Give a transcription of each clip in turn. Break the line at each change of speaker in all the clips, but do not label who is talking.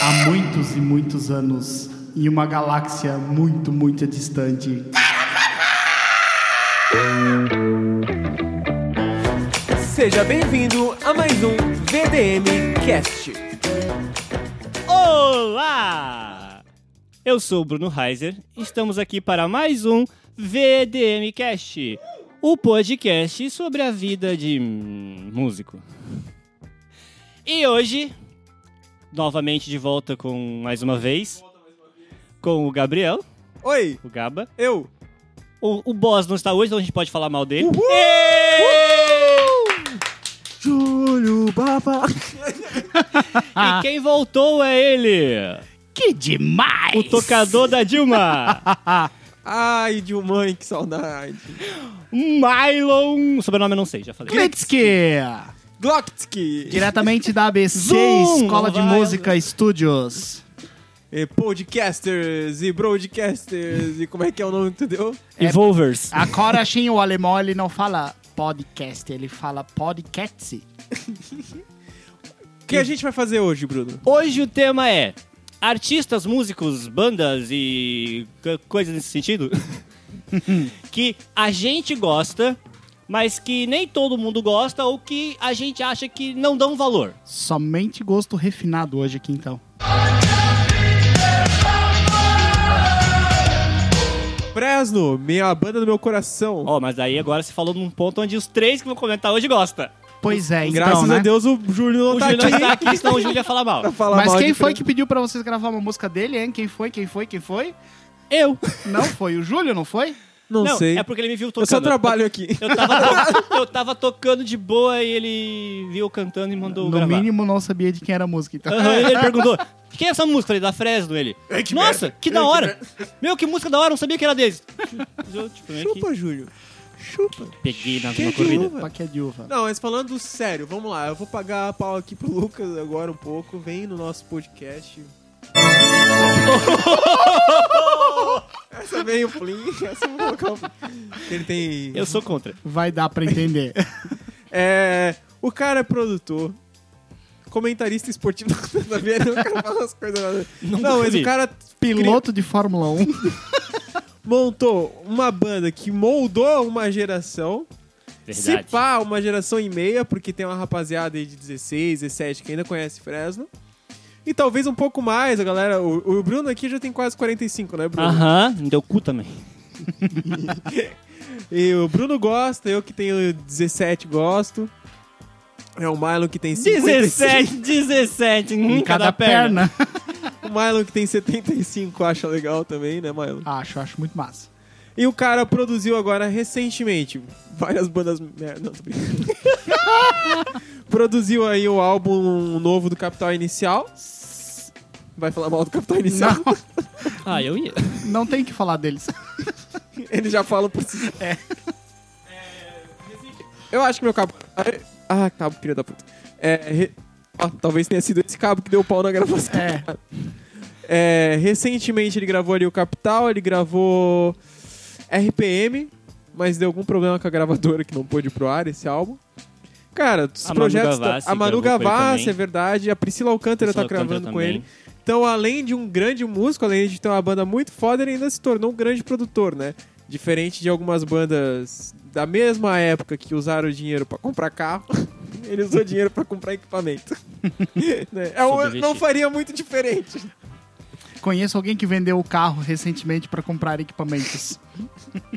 Há muitos e muitos anos, em uma galáxia muito, muito distante.
Seja bem-vindo a mais um VDM Cast.
Olá! Eu sou o Bruno Reiser e estamos aqui para mais um VDM Cast, o podcast sobre a vida de hum, músico. E hoje, novamente de volta com mais uma vez, com o Gabriel,
Oi,
o Gaba.
eu.
O, o Boss não está hoje, então a gente pode falar mal dele.
Júlio Baba!
E quem voltou é ele,
Que demais!
o tocador da Dilma,
Ai, de um mãe, que saudade.
Mylon, sobrenome eu não sei, já falei.
é
Klitsky!
Glotski.
Diretamente da ABC,
Zoom!
Escola de
Vai.
Música Studios.
E Podcasters e broadcasters e como é que é o nome, entendeu?
Evolvers.
Agora sim, o alemão ele não fala podcast, ele fala podcast.
O que a gente vai fazer hoje, Bruno?
Hoje o tema é artistas, músicos, bandas e co- coisas nesse sentido que a gente gosta, mas que nem todo mundo gosta ou que a gente acha que não dão valor.
Somente gosto refinado hoje aqui então.
Fresno, minha banda do meu coração.
Ó, mas aí agora você falou num ponto onde os três que vão comentar hoje gostam.
Pois é, então,
Graças
né?
a Deus o Júlio não
O
tá
Júlio não tá-
aqui
está aqui, senão o Júlio ia falar
pra
mal.
falar
Mas
mal
quem
de
foi
Fresno.
que pediu pra vocês gravar uma música dele, hein? Quem foi? Quem foi? Quem foi?
Eu.
Não foi o Júlio, não foi?
Não, sei.
é porque ele me viu
Eu só
tocando.
trabalho aqui.
Eu tava, to- eu tava tocando de boa e ele viu eu cantando e mandou
no
gravar.
mínimo não sabia de quem era a música, então.
Aham, ele perguntou, quem é essa música? Falei, da Fresno, ele. Nossa, que da hora! Meu, que música da hora, não sabia que era deles. Eu, tipo, meio que
Chupa, Júlio. Chupa.
peguei na
Que
minha
de
corrida.
uva.
Pra que é de uva.
Não, mas falando sério, vamos lá. Eu vou pagar a pau aqui pro Lucas agora um pouco. Vem no nosso podcast. essa veio o Plim, essa eu vou colocar o Plim. Ele tem.
Eu sou contra.
Vai dar pra entender.
É. O cara é produtor. Comentarista esportivo da vida, o cara fala umas coisas nada.
Não,
Não, mas
vi.
o cara
Piloto de Fórmula 1.
montou uma banda que moldou uma geração. Se
Verdade.
pá, uma geração e meia, porque tem uma rapaziada aí de 16, 17 que ainda conhece Fresno. E talvez um pouco mais, a galera. O, o Bruno aqui já tem quase 45, né, Bruno?
Aham, me deu cu também.
E o Bruno gosta, eu que tenho 17 gosto. É o Milo que tem 55.
17, 17, em cada, perna.
O Milo que tem 75, acha legal também, né, Milo?
Acho, acho muito massa.
E o cara produziu agora recentemente várias bandas. mer- Não, tô brincando. produziu aí o álbum novo do Capital Inicial. Vai falar mal do Capital Inicial?
Ah, eu ia.
Não tem que falar deles.
Ele já fala por si. É. Eu acho que meu cabo. Ah, cabo, filha da puta. É. re- ó, talvez tenha sido esse cabo que deu pau na gravação.
É.
É, recentemente ele gravou ali o Capital, ele gravou RPM, mas deu algum problema com a gravadora que não pôde ir pro ar esse álbum. Cara, os
A Manu
projetos. da-
Gavassi
a Manu
gravou com ele
Gavassi,
também.
é verdade. A Priscila Alcântara
Priscila
tá
Alcântara
gravando com
também.
ele. Então, além de um grande músico, além de ter uma banda muito foda, ele ainda se tornou um grande produtor, né? Diferente de algumas bandas da mesma época que usaram o dinheiro pra comprar carro, ele usou dinheiro pra comprar equipamento. Né? É um-
Sobrevestir.
não faria muito diferente.
Conheço alguém que vendeu o carro recentemente pra comprar equipamentos.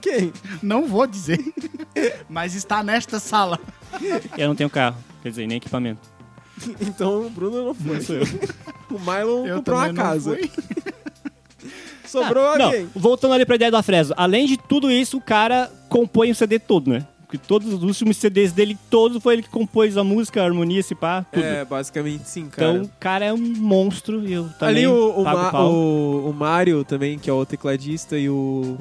Quem?
Não vou dizer, mas está nesta sala.
Eu não tenho carro, quer dizer, nem equipamento.
Então o Bruno não foi.
sou eu.
O Mylon
Eu
comprou
também não
uma casa.
fui.
Sobrou
Ah, Não,
alguém.
voltando ali pra ideia da Fresno. Além de tudo isso, o cara compõe o CD todo, né? Porque todos os últimos CDs dele, todos foi ele que compôs a música, a harmonia, esse pá, tudo.
É, basicamente sim, cara.
Então, o cara é um monstro e eu também
Ali o, o,
pago
Ma-
pau. É um
o- o Mário também, que é o tecladista, e o,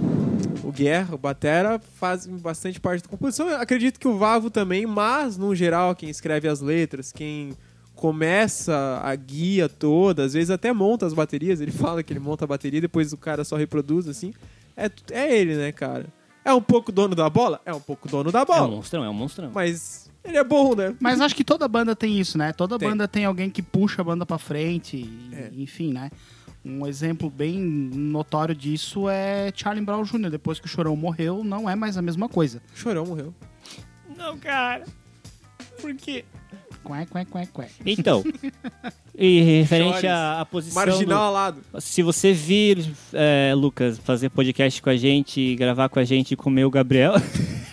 o Guerra, o Batera, fazem bastante parte da composição. Eu acredito que o Vavo também, mas, no geral, quem escreve as letras, quem começa a guia toda, às vezes até monta as baterias, ele fala que ele monta a bateria, depois o cara só reproduz, assim. É, tu- é ele, né, cara? É um pouco dono da bola? É um pouco dono da
É um
bola.
monstrão, é um monstrão.
Mas Ele é bom, né?
Mas acho que toda banda tem isso, né? Toda
Tem.
banda tem alguém que puxa a banda pra frente, e-
É.
enfim, né? Um exemplo bem notório disso é Charlie Brown Jr. Depois que o Chorão morreu, não é mais a mesma coisa.
Chorão morreu.
Não, cara. Por quê?
Qué, qué, qué, qué.
Então, e referente
Chores.
à, à posição. do-
Marginal alado.
se você vir, é, Lucas, fazer podcast com a gente, gravar com a gente e comer o Gabriel,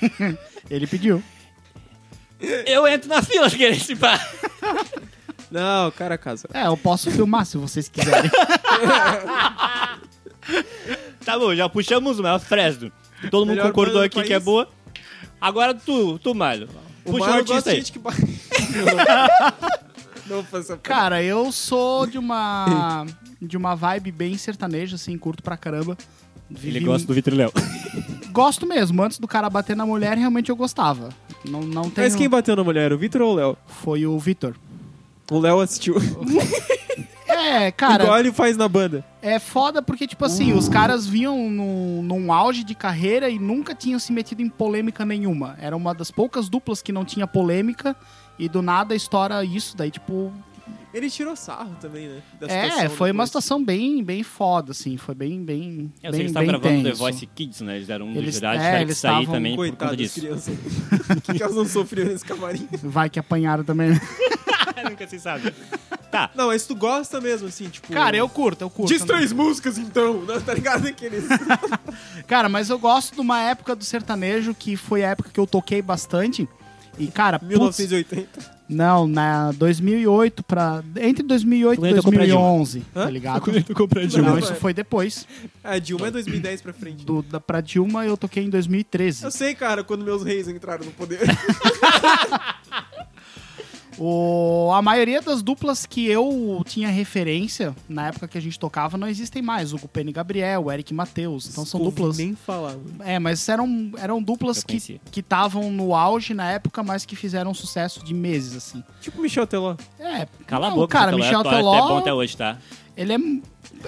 Ele pediu.
eu entro na fila se querer se pá.
Não, cara casa.
É, eu posso filmar se vocês quiserem.
Tá bom, já puxamos uma, a Fresno. Todo mundo
Melhor
concordou
banda do
aqui que
país.
é boa. Agora tu, tu, Malho.
O
Puxa um
Mário
artista
gosta de
aí.
gente que ba- Não, Não vou fazer essa piada.
Cara, eu sou de uma de uma vibe bem sertaneja, assim, curto pra caramba.
Ele
Vivi-
gosta do Vitor Léo.
Gosto mesmo. Antes do cara bater na mulher, realmente eu gostava. Não, não tenho...
Mas quem bateu na mulher, o Vitor ou o Léo?
Foi o Vitor.
O Léo assistiu.
É, cara...
Igual ele faz na banda.
É foda porque, tipo assim, os caras vinham num, num auge de carreira e nunca tinham se metido em polêmica nenhuma. Era uma das poucas duplas que não tinha polêmica e do nada estoura isso. Daí, tipo.
Ele tirou sarro também, né? Da
é,
situação
foi uma
depois.
situação bem, bem foda, assim. Foi bem, bem.
Eu sei
bem,
que você tá
bem
gravando The
tenso.
Voice Kids, né? Eles deram um
Eles-
dos jurados,
é,
tiveram que
eles
sair
estavam-
também por
Coitado
conta
das
disso.
crianças. que elas não sofreram nesse camarim.
Vai que apanharam também. né?
Nunca se sabe. Tá,
Não, mas tu gosta mesmo, assim, tipo...
Cara, eu curto, eu curto.
Diz
né?
três músicas, então. Não, tá ligado? Aqueles...
Cara, mas eu gosto de uma época do sertanejo que foi a época que eu toquei bastante. E, cara, putz,
1980.
Não, na 2008 pra. Entre 2008 e
Tu entra com a
2011,
Hã?
tá ligado?
tu comprou
Dilma?
Não, isso foi depois.
Ah, Dilma é 2010 pra frente.
Do, da, pra Dilma eu toquei em 2013.
Eu sei, cara, quando meus reis entraram no poder.
O, a maioria das duplas que eu tinha referência na época que a gente tocava não existem mais. O Gupene Gabriel, o Eric Matheus. Então são duplas.
Nem falar.
É, mas eram, eram duplas
Eu
que
conhecia.
que estavam no auge na época, mas que fizeram sucesso de meses, assim.
Tipo Michel Teló.
É,
Cala
não,
a boca,
cara,
Teló.
Michel
Tu é até bom
Teló,
até hoje, tá?
ele é.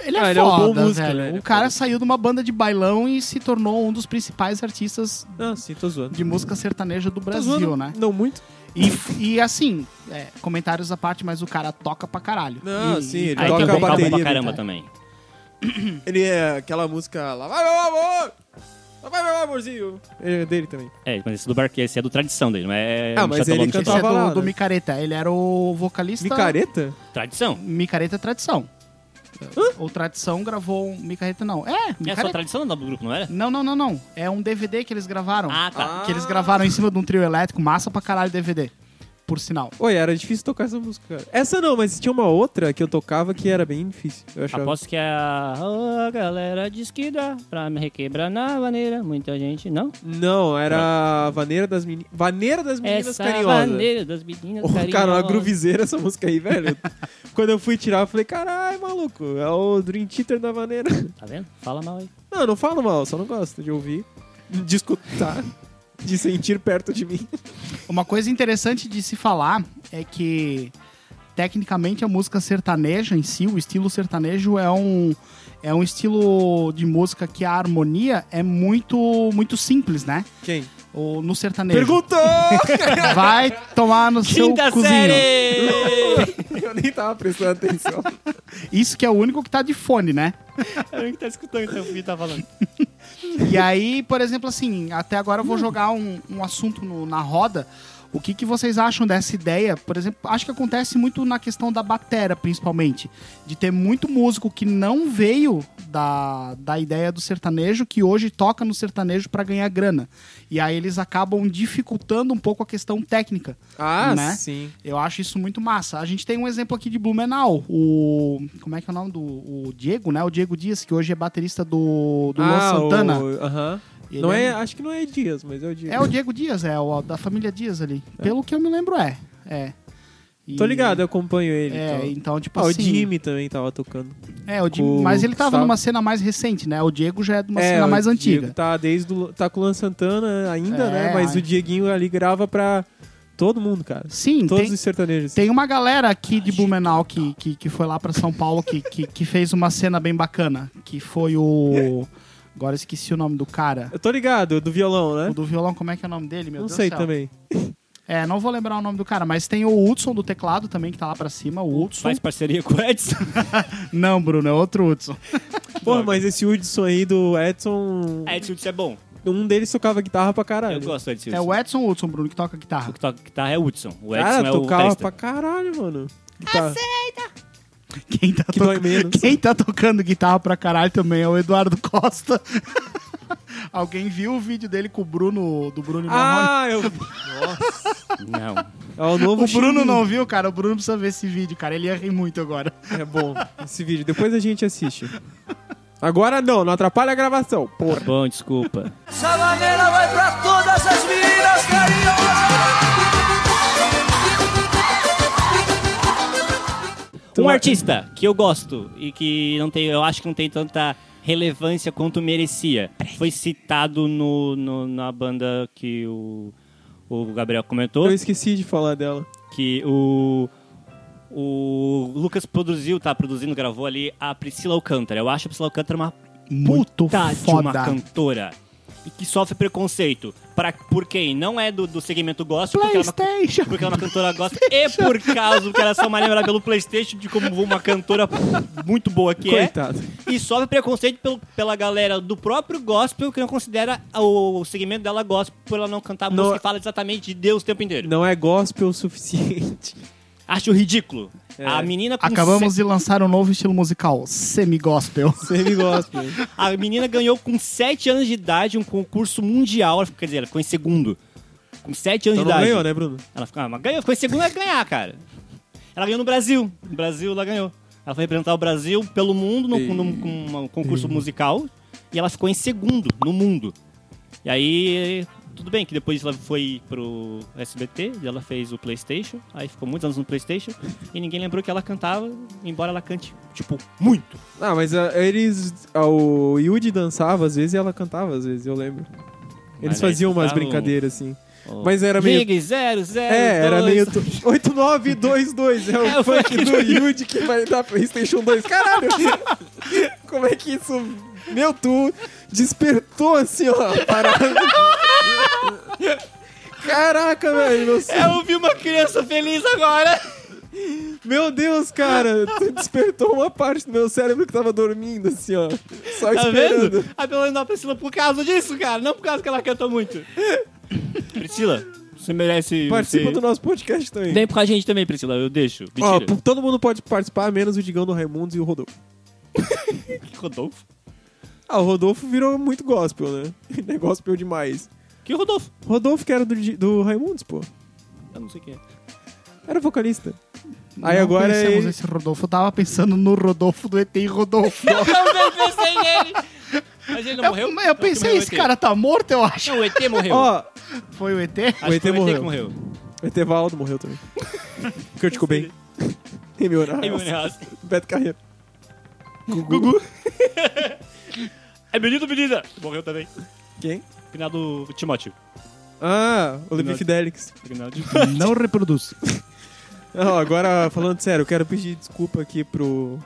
Ele é
Ah,
foda,
ele é um bom músico,
velho.
né? Ele é
O cara
foda.
saiu de uma banda de bailão e se tornou um dos principais artistas
Não, Ah, sim, tô zoando.
de música sertaneja do
tô
Brasil,
Tá zoando.
né?
Não muito.
E, e assim, é, comentários à parte, mas o cara toca pra caralho.
Não,
E-
sim, ele
Aí
toca
tem
a
vocal
bateria.
pra
né?
caramba também.
Ele é aquela música lá, vai meu amor! Lá vai meu amorzinho! É dele também.
É, mas esse do barco, esse é do tradição dele, não é...
Ah, mas
Michel Teló
ele
Esse
Michel
é
cantava-
do,
lá,
do
né?
Micareta. Ele era o vocalista.
tá Micareta?
Teló. Tradição.
Micareta é Tradição. Ou Tradição gravou um. Micareta não. É,
É só
Micareta.
tradição do grupo, não era?
não, não, não, não. É um DVD que eles gravaram.
Ah, tá.
Que eles gravaram em cima de um trio elétrico. Massa pra caralho DVD. Por sinal.
Oi, era difícil tocar essa música, cara. Essa não, mas tinha uma outra que eu tocava que era bem difícil. Eu achava.
Aposto que é a... Ô, galera diz que dá pra me requebrar na maneira. Muita gente, não?
Não, era Vaneira das Meninas. Vaneira das Meninas
Ah. Essa
Carinhosas.
maneira das meninas
Ô,
carinhosas.
cara, uma groovizeira essa música aí, velho. Quando eu fui tirar, eu falei, caralho, maluco, é o Dream Theater da Vaneira.
Tá vendo? Fala mal aí.
Não, não falo mal, só não gosto de ouvir, de escutar, de sentir perto de mim.
Uma coisa interessante de se falar é que tecnicamente a música sertaneja em si, o estilo sertanejo é um é um estilo de música que a harmonia é muito muito simples, né?
Quem?
O no sertanejo.
Perguntou!
Vai tomar no seu
Quinta
cozinho.
série!
eu nem tava prestando atenção.
Isso que é o único que tá de fone, né?
É o único que tá escutando o que o Gui tá falando.
E aí, por exemplo, assim, até agora eu vou jogar um, um assunto no- na roda. O que, que vocês acham dessa ideia? Por exemplo, acho que acontece muito na questão da batera, principalmente. De ter muito músico que não veio da, da ideia do sertanejo, que hoje toca no sertanejo pra ganhar grana. E aí eles acabam dificultando um pouco a questão técnica.
Ah,
Né?
sim.
Eu acho isso muito massa. A gente tem um exemplo aqui de Blumenau. O. Como é que é o nome do. O Diego, né? O Diego Dias, que hoje é baterista do, do Luan Santana.
Ah, o- Aham.
Ele
Não é,
é-
acho que não é Dias, mas é o Dias.
É o Diego Dias, é o da família Dias ali. Pelo que eu me lembro, é. É. E-
Tô ligado, eu acompanho ele.
É,
então.
então, tipo
Ah, o
assim.
Jimmy também tava tocando.
É, o Jimmy.
com o
Mas ele tava
Gustavo.
numa cena mais recente, né? O Diego já é de uma
é,
cena
o
mais
Diego
antiga.
Tá desde o, tá com o Luan Santana ainda,
É,
né? Mas
ai.
o Dieguinho ali grava pra todo mundo, cara.
Sim,
Todos
tem,
os sertanejos.
tem uma galera aqui de Blumenau que, que, que foi lá pra São Paulo que, que, que fez uma cena bem bacana. Que foi o. Agora eu esqueci o nome do cara.
Eu tô ligado, do violão,
O
né?
do violão, como é que é o nome dele, meu
não
Deus
sei
do céu?
também.
É, não vou lembrar o nome do cara, mas tem o Hudson do teclado também, que tá lá pra cima. O Hudson.
Faz parceria com o Edson.
Não, Bruno, é outro Hudson.
Porra, mas esse Hudson aí do Edson.
Edson isso é bom.
Um deles tocava guitarra pra caralho.
Eu gosto do Edson.
É o Edson Hudson, Bruno, que toca
O
guitarra.
que toca guitarra é o Hudson. O Edson
Cara,
é o
tocava
testa.
pra caralho, mano. Guitarra.
Quem tá,
Que
to-
dói menos.
Quem tá tocando guitarra pra caralho também é o Eduardo Costa. Alguém viu o vídeo dele com o Bruno, do Bruno Marrone?
Ah, eu. Nossa.
Não.
É o novo
O Bruno
Xing.
não viu, cara. O Bruno precisa ver esse vídeo, cara. Ele ia rir muito agora.
É bom esse vídeo. Depois a gente assiste. Agora não, não atrapalha a gravação. Porra.
Bom, desculpa.
Essa maneira vai pra todas as meninas carinhosas.
Um artista que eu gosto e que não tem, eu acho que não tem tanta relevância quanto merecia. Foi citado no, no- na banda que o, o Gabriel comentou,
Eu esqueci de falar dela.
que o, o Lucas produziu, tá produzindo, gravou ali a Priscila Alcântara. Eu acho a Priscila Alcântara uma
Muito
puta de uma
foda.
cantora e que sofre preconceito pra, por quem não é do, do segmento gospel, porque ela é uma
PlayStation!
porque ela é uma cantora gosta e por causa que ela é só uma lembrada pelo Playstation de como uma cantora muito boa que
Coitado.
é. E sofre preconceito pelo- pela galera do próprio gospel que não considera o, o segmento dela gospel por ela não cantar
Não.
música e fala exatamente de Deus o tempo inteiro.
Não é gospel o suficiente.
Acho ridículo.
É.
A menina com
Acabamos
se-
de lançar um novo estilo musical, semi-gospel.
Semi-gospel.
A menina ganhou com 7 anos de idade um concurso mundial. Ela ficou- Quer dizer, ela ficou em segundo. Com 7 anos
Então não
de idade.
ganhou, né, Bruno?
Ela ficou, ah, mas ganhou, ficou em segundo, vai ganhar, cara. Ela ganhou no Brasil. No Brasil, ela ganhou. Ela foi representar o Brasil pelo mundo no, num- com um concurso musical e ela ficou em segundo no mundo. E aí, tudo bem que depois ela foi pro SBT, e ela fez o PlayStation, aí ficou muitos anos no PlayStation e ninguém lembrou que ela cantava, embora ela cante, tipo, muito.
Ah, mas ah, eles. ah, o Yudi dançava às vezes e ela cantava às vezes, eu lembro. Eles
Mas aí
faziam umas
ficavam-
brincadeiras assim. Mas era meio-
Gig 00.
É, era meio. 8922 é o
É, o
funk
funk
do Yudi que vai dar PlayStation 2. Caralho! Como é que isso. Meu, tu despertou assim, ó, a parada. Caraca, velho. Meu,
Eu ouvi uma criança feliz agora.
meu Deus, cara. Tu despertou uma parte do meu cérebro que tava dormindo, assim, ó. Só
Tá
esperando.
vendo? A Bela não Priscila por causa disso, cara. Não por causa que ela canta muito. Priscila, você merece.
Participa
você-
do nosso podcast também.
Vem com a gente também, Priscila. Eu deixo.
Ó,
Mentira.
p- todo mundo pode participar, menos o Digão do Raimundos e o Rodolfo.
Que Rodolfo?
Ah, o Rodolfo virou muito gospel, né? Ele é gospel demais.
Que Rodolfo?
Rodolfo que era do, Di- do Raimundos, pô.
Eu não sei quem é.
Era vocalista. Aí
Não
agora é
conhecemos
ele-
esse Rodolfo. Eu tava pensando no Rodolfo do ET e Rodolfo.
Eu também pensei nele. Mas ele não
eu,
morreu?
mas
Não,
eu
que morreu
pensei,
o
esse
ET.
cara tá morto, eu acho.
Não, o ET morreu.
Ó,
Foi o ET?
Acho
o ET
que foi o ET que
morreu.
morreu.
o Etevaldo morreu também. Kurt Cobain. Amy
Aí, meu
Honorhouse.
Deus.
Beto Carreiro.
Gugu.
É menino, menina. Morreu também.
Quem?
Final do Timóteo.
Ah, o Levi
Não.
Fidelix.
Final de...
Não reproduz.
Não, agora, falando sério, eu quero pedir desculpa aqui pro...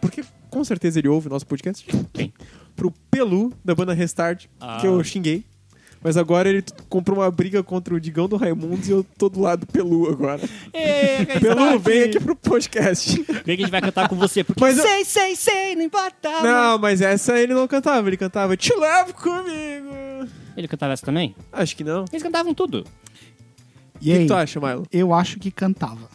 Porque com certeza ele ouve o nosso podcast.
Quem?
Pro Pelu, da banda Restart,
Ah.
que eu xinguei. Mas agora ele t- comprou uma briga contra o Digão do Raimundos e eu tô do lado do Pelu agora.
Ei, quem está
Pelu, vem aqui pro podcast.
Vem que a gente vai cantar com você. Porque
Mas eu-
sei, sei, sei, não importa.
Não, mas essa ele não cantava, ele cantava Te levo comigo.
Ele cantava essa também?
Acho que não. O
Eles cantavam tudo.
E
que
aí?
tu acha, Milo?
Eu acho que cantava.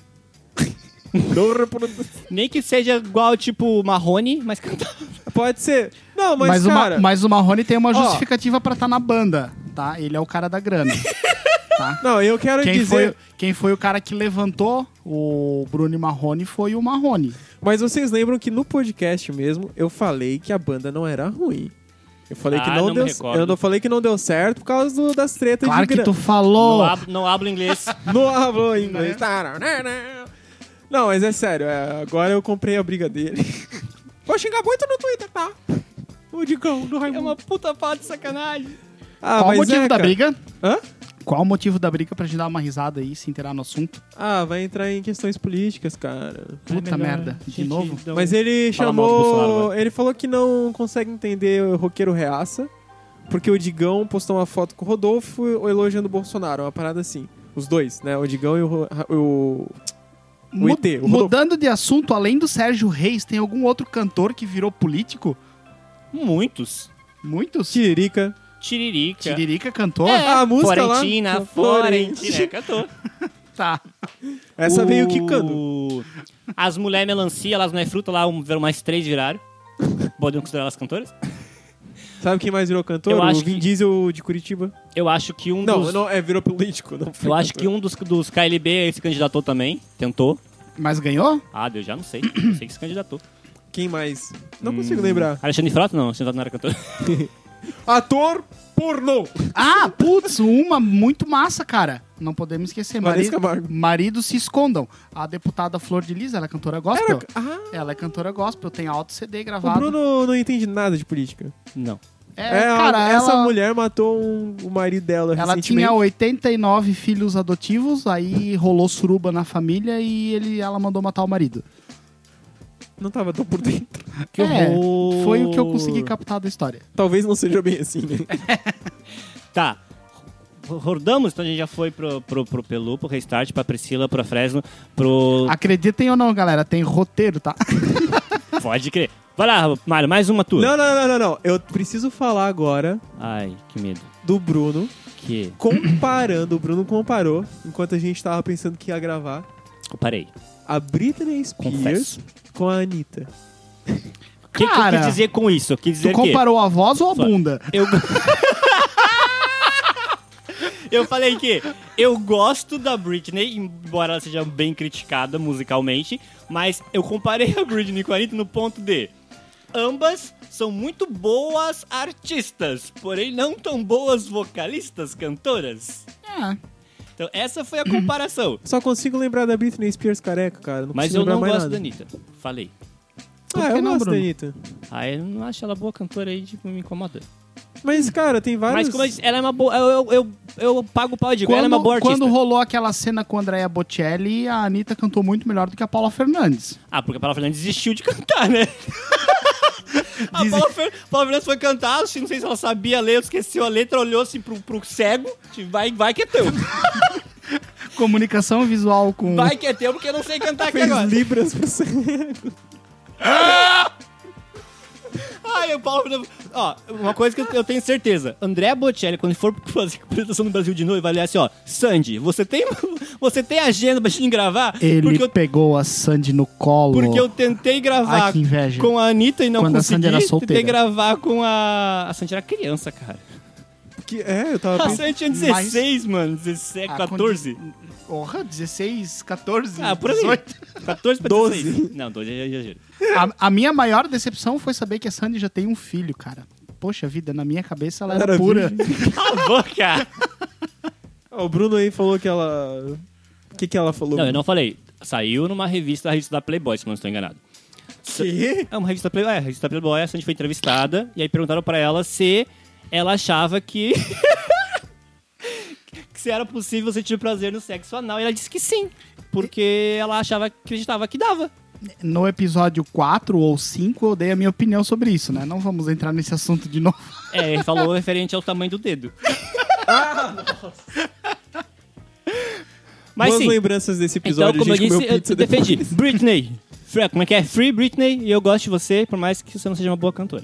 Não reproduz.
Nem que seja igual, tipo, Marrone, mas cantava.
Pode ser. Não, mas,
Mas, o, Ma-
cara.
mas o Marrone tem uma
Ó.
justificativa pra estar na banda, tá? Ele é o cara da grana. tá?
Não, eu quero
Quem foi,
dizer.
quem foi o cara que levantou o Bruno Marrone foi o Marrone.
Mas vocês lembram que no podcast mesmo eu falei que a banda não era ruim. Eu falei que
Ah,
não,
não
deu.
me recordo.
Eu não falei que não deu certo por causa do- das tretas
Claro
de
que
gra-
tu
Oh.
falou.
Não, ab não hablo inglês.
No avô em inglês. Não, mas é sério, é, agora eu comprei a briga dele. Vou xingar muito no Twitter, tá? O Digão do
é
Raimundo.
uma puta foda de sacanagem.
Ah,
Qual o
mas
motivo
é,
da
cara.
briga?
Hã?
Qual o motivo da briga pra gente dar uma risada aí, se inteirar no assunto?
Ah, vai entrar em questões políticas, cara.
Puta Tá merda. De novo?
então,
Mas é- ele
Fala mal do Bolsonaro,
chamou.
vai.
Ele falou que não consegue entender o roqueiro reaça, porque o Digão postou uma foto com o Rodolfo elogiando o Bolsonaro, uma parada assim. Os dois, né? O Digão e o, Ro- o O
Mu-
ET, o Rodolfo.
Mudando de assunto, além do Sérgio Reis, tem algum outro cantor que virou político?
Muitos.
Muitos?
Tiririca.
Tiririca.
Tiririca cantou?
É,
Ah, a música lá.
Florentina, Florentina. É, Cantou.
Tá.
Essa
O-
veio quicando.
As mulheres melancia, elas não é fruta lá, um- viram mais três viraram. Podemos considerar elas cantoras?
Sabe quem mais virou cantor?
Eu acho
o Vin
que-
Diesel de Curitiba.
Eu acho que um
Não,
dos.
não, é, virou político. Não foi
Eu acho
cantor.
que um dos, dos KLB se candidatou também. Tentou.
Mas ganhou?
Ah, Deus, já não sei. Eu sei que se candidatou.
Quem mais?
Hum.
Não consigo lembrar.
Alexandre Frota? Não, Alexandre Frota não era cantor.
Ator pornô.
Ah, putz, uma muito massa, cara. Não podemos esquecer. Marido,
Vanessa Camargo.
maridos se escondam. A deputada Flor de Lis, ela é cantora gospel.
Ah,
Ela é cantora gospel, tem alto CD
o
gravado.
Bruno não entende nada de política.
Não.
É,
a-
cara,
essa
ela,
mulher matou um- o marido dela
ela
recentemente.
tinha 89 filhos adotivos, aí rolou suruba na família e ele, ela mandou matar o marido.
Não tava tão por dentro.
Que
É,
horror.
Foi o que eu consegui captar da história.
Talvez não seja bem assim, né?
Tá. Rodamos, então a gente já foi pro, pro, pro Pelu, pro Restart, pra Priscila, pra Fresno, pro.
Acreditem ou não, galera, tem roteiro, tá?
Pode crer. Vai lá, Mário, mais uma tua.
Não, não, não, não, não. Eu preciso falar agora
Ai, que medo.
do Bruno
Que.
comparando. o Bruno comparou, enquanto a gente tava pensando que ia gravar,
Eu parei.
a Britney Spears
Confesso.
com a Anitta.
O que, que eu
Cara,
quis dizer com isso? Eu quis
Tu
dizer que.
comparou a voz ou a
Só-
bunda?
Eu... eu falei que eu gosto da Britney, embora ela seja bem criticada musicalmente, mas eu comparei a Britney com a Anitta no ponto de ambas são muito boas artistas, porém não tão boas vocalistas, cantoras.
É.
Então essa foi a comparação.
Só consigo lembrar da Britney Spears careca, cara. Não
Mas
consigo
eu
lembrar
não
mais
gosto
nada.
da Anitta. Falei.
Por
Ah,
que
eu
não,
gosto da
Bruno?
Anitta.
Ah, eu não acho ela boa cantora aí, tipo, me incomoda.
Mas, cara, tem vários...
Mas como eu disse, ela é uma boa. Eu, eu, eu, eu pago o pau de ela é uma boa
Quando,
artista.
quando rolou aquela cena com a Andrea Bocelli, a Anitta cantou muito melhor do que a Paula Fernandes.
Ah, porque a Paula Fernandes desistiu de cantar, né? A Paula, Fer... Paula Fernandes foi cantar, assim, não sei se ela sabia ler, esqueceu a letra, olhou assim pro, pro cego, tipo, vai, vai que é teu.
Comunicação visual com.
Vai que é teu, porque eu não sei cantar aqui
Fez
agora.
libras pra você.
Ai, o Paulo Fernandes... Ó, uma coisa que eu- eu tenho certeza. André Bocelli, quando ele for fazer a apresentação no Brasil de novo, ele vai ler assim, ó. Sandy, você tem, você tem agenda pra gente gravar?
Ele
porque eu,
pegou a Sandy no colo. Ah,
porque eu tentei gravar
Ai, que inveja.
com a Anitta e não
Quando a
consegui.
Sandy era
tentei
solteira.
gravar com a... A Sandy era criança, cara.
Que- é, eu tava
A
pensando...
Sandy Tá, tinha
Mas-
16, mano. 17,
Ah,
14.
com de- Porra, 16, 14,
Ah, por aí.
18.
14 pra
12.
16. Não, 12 é exagero.
A, a minha maior decepção foi saber que a Sandy já tem um filho, cara. Poxa vida, na minha cabeça ela era,
Era
pura.
virgem.
Cala a boca!
Ah, o Bruno aí falou que ela... O que que ela falou?
Não, eu não falei. Saiu numa revista, a revista da Playboy, se não estou enganado.
Que?
É uma revista Playboy, é, a revista Playboy, a Sandy foi entrevistada, e aí perguntaram pra ela se ela achava que... que se era possível sentir prazer no sexo anal, e ela disse que sim. Porque ela achava, acreditava que dava.
No episódio 4 ou 5 eu dei a minha opinião sobre isso, né? Não vamos entrar nesse assunto de novo.
É, ele falou referente ao tamanho do dedo.
Ah,
Mas
Boas
sim,
lembranças desse
então,
episódio,
como eu
a gente
disse,
comeu pizza
eu
depois.
defendi. Britney. Fre- Como é que é? Free Britney e eu gosto de você, por mais que você não seja uma boa cantora.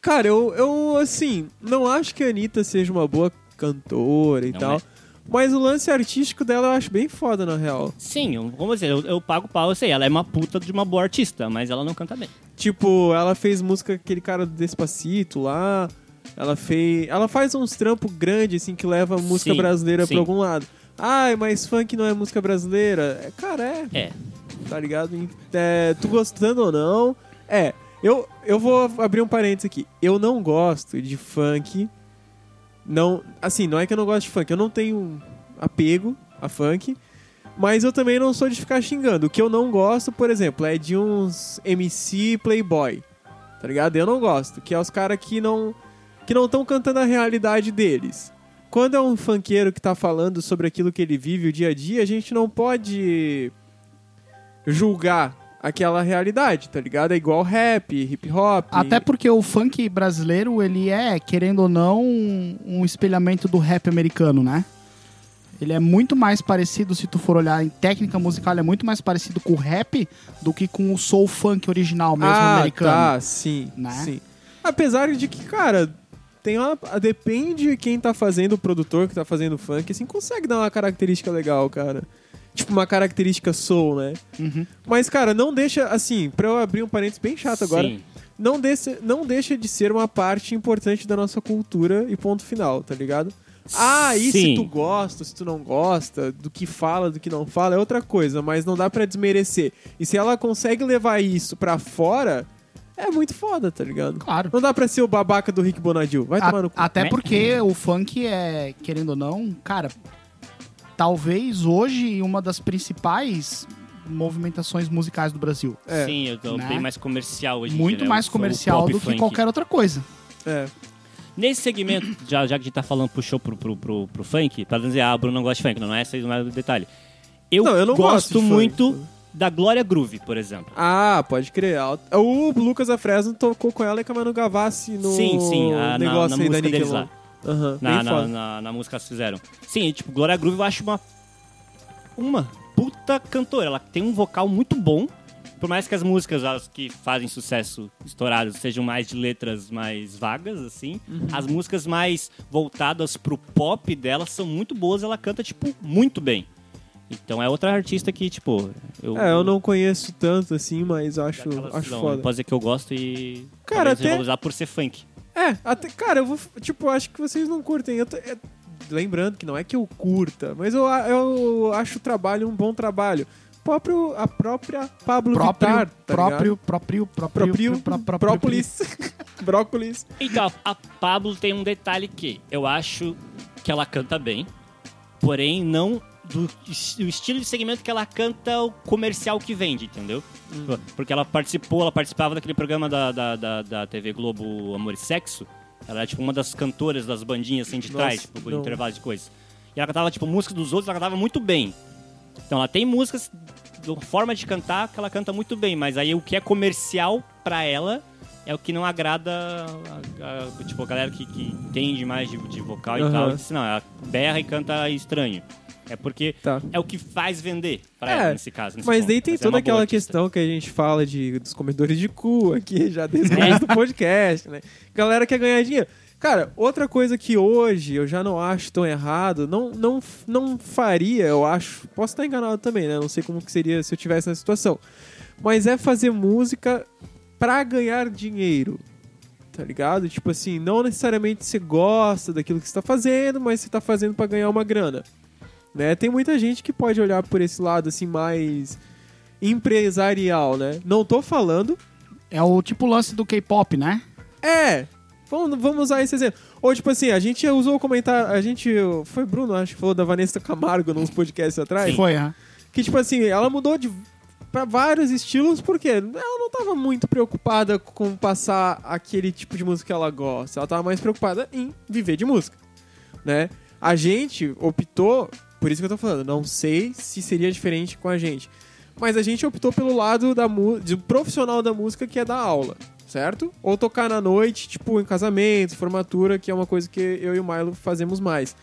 Cara, eu, eu, assim, não acho que a Anitta seja uma boa cantora e
Não
tal.
é.
Mas o lance artístico dela eu acho bem foda, na real.
Sim, eu, como dizer, eu, eu pago pau, eu sei, ela é uma puta de uma boa artista, mas ela não canta bem.
Tipo, ela fez música com aquele cara do Despacito lá. Ela fez. Ela faz uns trampos grandes, assim, que leva a música
Sim,
brasileira
sim.
pra algum lado. Ai, mas funk não é música brasileira. É, cara, é,
É.
tá ligado? É, tu gostando ou não. É, eu, eu vou abrir um parênteses aqui. Eu não gosto de funk. Não. Assim, não é que eu não gosto de funk. Eu não tenho apego a funk. Mas eu também não sou de ficar xingando. O que eu não gosto, por exemplo, é de uns MC Playboy. Tá ligado? Eu não gosto. Que é os caras que não. que não estão cantando a realidade deles. Quando é um funkeiro que tá falando sobre aquilo que ele vive o dia a dia, a gente não pode julgar aquela realidade, tá ligado? É igual rap, hip hop.
Até porque o funk brasileiro, ele é, querendo ou não, um, um espelhamento do rap americano, né? Ele é muito mais parecido, se tu for olhar em técnica musical, ele é muito mais parecido com o rap do que com o soul funk original mesmo
ah,
americano.
tá, sim,
né?
sim. Apesar de que, cara, tem uma, depende quem tá fazendo, o produtor que tá fazendo funk, assim, consegue dar uma característica legal, cara. Tipo, uma característica soul, né?
Uhum.
Mas, cara, não deixa, assim, pra eu abrir um parênteses bem chato agora,
Sim.
não, deixa, não deixa de ser uma parte importante da nossa cultura e ponto final, tá ligado? Ah, e se
Sim.
tu gosta, se tu não gosta, do que fala, do que não fala, é outra coisa, mas não dá pra desmerecer. E se ela consegue levar isso pra fora, é muito foda, tá ligado?
Claro.
Não dá pra ser o babaca do Rick Bonadil, vai
A-
tomar no cu.
Até
Né?
porque o funk é, querendo ou não, cara, talvez hoje uma das principais movimentações musicais do Brasil.
É.
Sim, eu tô
Né?
bem mais comercial hoje em
Muito
dia, né?
mais
O- o
comercial
pop
do que
funk.
qualquer outra coisa.
É.
Nesse segmento, já, já que a gente tá falando, puxou pro, pro, pro, pro funk, pra dizer, ah, Bruno não gosta de funk, não é esse não é o detalhe. Eu,
Não, eu não gosto
gosto,
de
muito
funk.
da Glória Groove, por exemplo.
Ah, pode crer. Alt- O Lucas Afresno tocou com ela e com a Manu Gavassi no
Sim, sim, a- na-
negócio
na
aí da
música deles
Nickelon.
lá.
Aham,
na,
bem
na,
foda.
na, na música que fizeram. Sim, e, tipo, Glória Groove eu acho uma. Uma puta cantora. Ela tem um vocal muito bom. Por mais que as músicas as que fazem sucesso estouradas sejam mais de letras mais vagas, assim,
Uhum.
as músicas mais voltadas pro pop dela são muito boas. Ela canta, tipo, muito bem. Então é outra artista que, tipo. Eu,
É, eu não conheço tanto assim, mas acho,
daquelas-
acho
não, né?
foda.
Pode dizer que eu gosto e.
Cara,
talvez
até-
revalorizar por ser funk.
É, até, cara, eu vou. Tipo, acho que vocês não curtem. Eu tô- é, lembrando que não é que eu curta, mas eu, a- eu acho o trabalho um bom trabalho. Próprio, a própria Pablo
Próprio,
Vittar, tá
próprio, próprio,
ligado?
próprio,
Próprio,
pró- pró-
própolis, brócolis.
Então, a Pablo tem um detalhe que eu acho que ela canta bem, porém não do, es- do estilo de segmento que ela canta o comercial que vende, entendeu?
Hum.
Porque ela participou, ela participava daquele programa da, da, da, da TV Globo Amor e Sexo. Ela era tipo uma das cantoras das bandinhas assim de
Nossa,
trás, tipo, por
não.
intervalo de coisas. E ela cantava tipo músicas dos outros, ela cantava muito bem. Então ela tem músicas de uma forma de cantar que ela canta muito bem, mas aí o que é comercial pra ela é o que não agrada a, a- tipo, a galera que, que entende mais de, de vocal e
Aham.
tal. Disse, não, ela berra e canta estranho. É porque
Tá.
é o que faz vender pra
É,
ela nesse caso. nesse
Mas
ponto.
daí tem
é uma
toda
boa
aquela
artista.
questão que a gente fala de, dos comedores de cu aqui, já desde
É.
o começo do podcast, né? Galera quer ganhar dinheiro. Cara, outra coisa que hoje eu já não acho tão errado, não, não, não faria, eu acho. Posso estar enganado também, né? Não sei como que seria se eu tivesse na situação. Mas é fazer música pra ganhar dinheiro. Tá ligado? Tipo assim, não necessariamente você gosta daquilo que você tá fazendo, mas você tá fazendo pra ganhar uma grana né? Tem muita gente que pode olhar por esse lado assim mais empresarial, né? Não tô falando.
É o tipo lance do K-pop, né?
É. Vamos, vamos usar esse exemplo. Ou tipo assim, a gente usou o comentário, a gente foi Bruno, acho que falou da Vanessa Camargo nos podcasts atrás,
Sim.
Foi, é. aham.
que tipo assim, ela mudou de para vários estilos porque ela não tava muito preocupada com passar aquele tipo de música que ela gosta. Ela tava mais preocupada em viver de música, né? A gente optou, por isso que eu tô falando, não sei se seria diferente com a gente, mas a gente optou pelo lado da mu- do profissional da música que é dar aula, certo? Ou tocar na noite, tipo em casamento, formatura, que é uma coisa que eu e o Milo fazemos mais.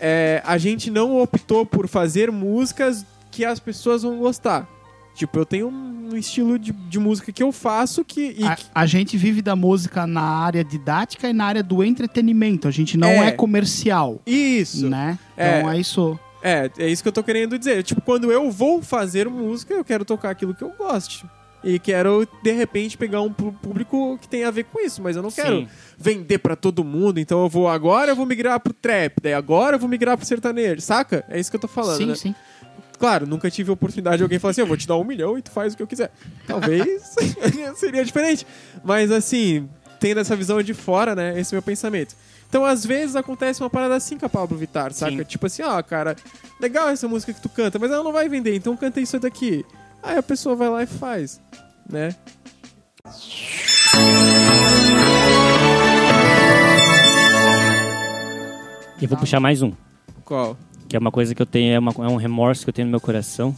É, a gente não optou por fazer músicas que as pessoas vão gostar. Tipo, eu tenho um estilo de, de música que eu faço que. e que-
A, a gente vive da música na área didática e na área do entretenimento. A gente não
É.
é, comercial,
Isso.
né?
É.
Então é isso.
É, é isso que eu tô querendo dizer. Tipo, quando eu vou fazer música, eu quero tocar aquilo que eu goste. E quero, de repente, pegar um pu- público que tem a ver com isso, mas eu não quero
Sim.
vender pra todo mundo, então eu vou agora eu vou migrar pro trap, daí agora eu vou migrar pro sertanejo, saca? É isso que eu tô falando,
sim,
né?
sim.
Claro, nunca tive a oportunidade de alguém falar assim, eu vou te dar um milhão e tu faz o que eu quiser. Talvez seria diferente. Mas assim, tendo essa visão de fora, né? Esse é o meu pensamento. Então, às vezes, acontece uma parada assim com a Pablo Vittar, saca?
Sim.
Tipo assim, ó, cara, legal essa música que tu canta, mas ela não vai vender, então canta isso daqui. Aí a pessoa vai lá e faz, né?
E vou puxar mais um.
Qual?
que é uma coisa que eu tenho, é, uma- é um remorso que eu tenho no meu coração,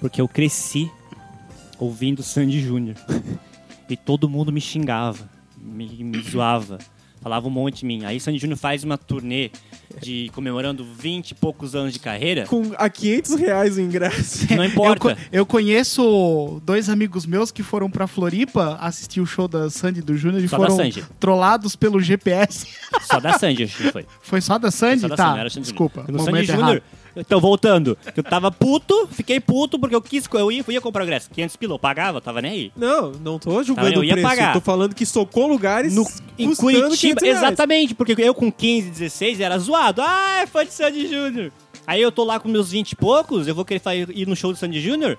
porque eu cresci ouvindo Sandy Júnior. e todo mundo me xingava, me, me zoava. Falava um monte de mim. Aí Sandy Júnior faz uma turnê de comemorando 20 e poucos anos de carreira.
Com a 500 reais o ingresso.
Não importa.
Eu, co- eu conheço dois amigos meus que foram pra Floripa assistir o show da Sandy e do Júnior e
Só da
foram
Sandy.
trollados pelo GPS.
Só da Sandy, acho que foi.
Foi só da Sandy?
Só da
tá,
Sandy, era Sandy Júnior.
desculpa.
No Sandy
momento
Júnior.
errado.
Então, voltando. Eu tava puto, fiquei puto porque eu quis. Eu ia, eu ia comprar o ingresso. 500 pila, eu pagava, eu tava nem aí.
Não, não tô julgando
Tá, eu
o
ia
preço.
pagar.
Tô falando que socou lugares
No, em
custando 500
Curitiba,
reais.
exatamente, porque eu com 15, 16 era zoado. Ah, é fã de Sandy Júnior. Aí eu tô lá com meus 20 e poucos, eu vou querer fa- ir no show do Sandy Júnior.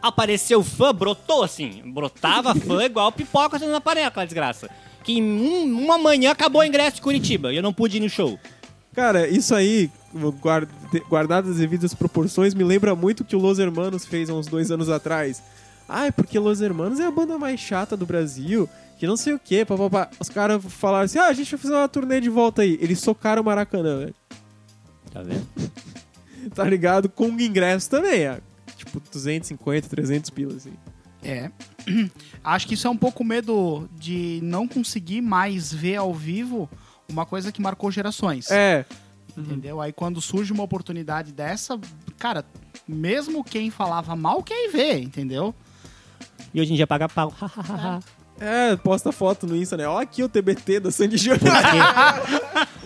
Apareceu fã, brotou assim. Brotava fã igual pipoca sendo na panela, aquela desgraça. Que em um- uma manhã acabou o ingresso de Curitiba e eu não pude ir no show.
Cara, isso aí, guard- guardado as devidas proporções, me lembra muito o que o Los Hermanos fez há uns dois anos atrás. Ah, é porque Los Hermanos é a banda mais chata do Brasil, que não sei o quê, papapá. Os caras falaram assim, ah, a gente vai fazer uma turnê de volta aí. Eles socaram o Maracanã, velho.
Tá vendo?
Tá ligado? Com ingresso também, ah, tipo 250, 300 pilas, assim.
É. Acho que isso é um pouco medo de não conseguir mais ver ao vivo uma coisa que marcou gerações.
É,
Entendeu? Aí quando surge uma oportunidade dessa, cara, mesmo quem falava mal quer ir ver, entendeu?
E hoje em dia paga pau.
é, posta foto no Insta, né? Ó aqui o TBT da Sandy Júnior.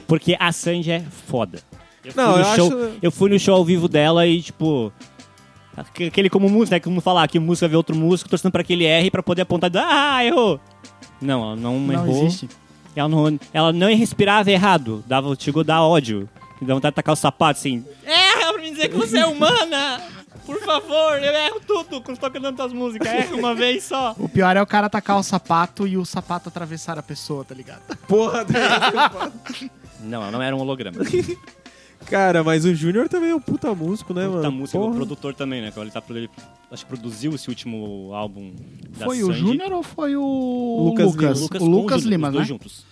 Porque a Sandy é foda. Eu
Não,
fui no
eu
show,
acho-
eu fui no show ao vivo dela e, tipo. aque- Aquele como música, né? Como falar que o músico vê outro músico torcendo pra que ele erre pra poder apontar. Ah, errou! Não, ela não,
não
errou.
existe.
Ela não, ela não respirava errado. Dava, chegou a dar ódio. E dá vontade de tacar o sapato assim. Erra pra me dizer que você é humana! Por favor, eu erro tudo quando estou cantando tuas músicas. Erra uma vez só.
O pior é o cara atacar o sapato e o sapato atravessar a pessoa, tá ligado?
Porra,
Não, ela não era um holograma.
Cara, mas o Júnior também é um puta músico, né, mano?
Puta música, o
Porra.
produtor também, né? Ele, tá, ele acho que produziu esse último álbum da
foi o
Sandy.
Júnior ou foi o
Lucas Lima.
Lucas?
Lucas
O
com
Lucas
Júnior,
Lima,
os
né?
dois juntos.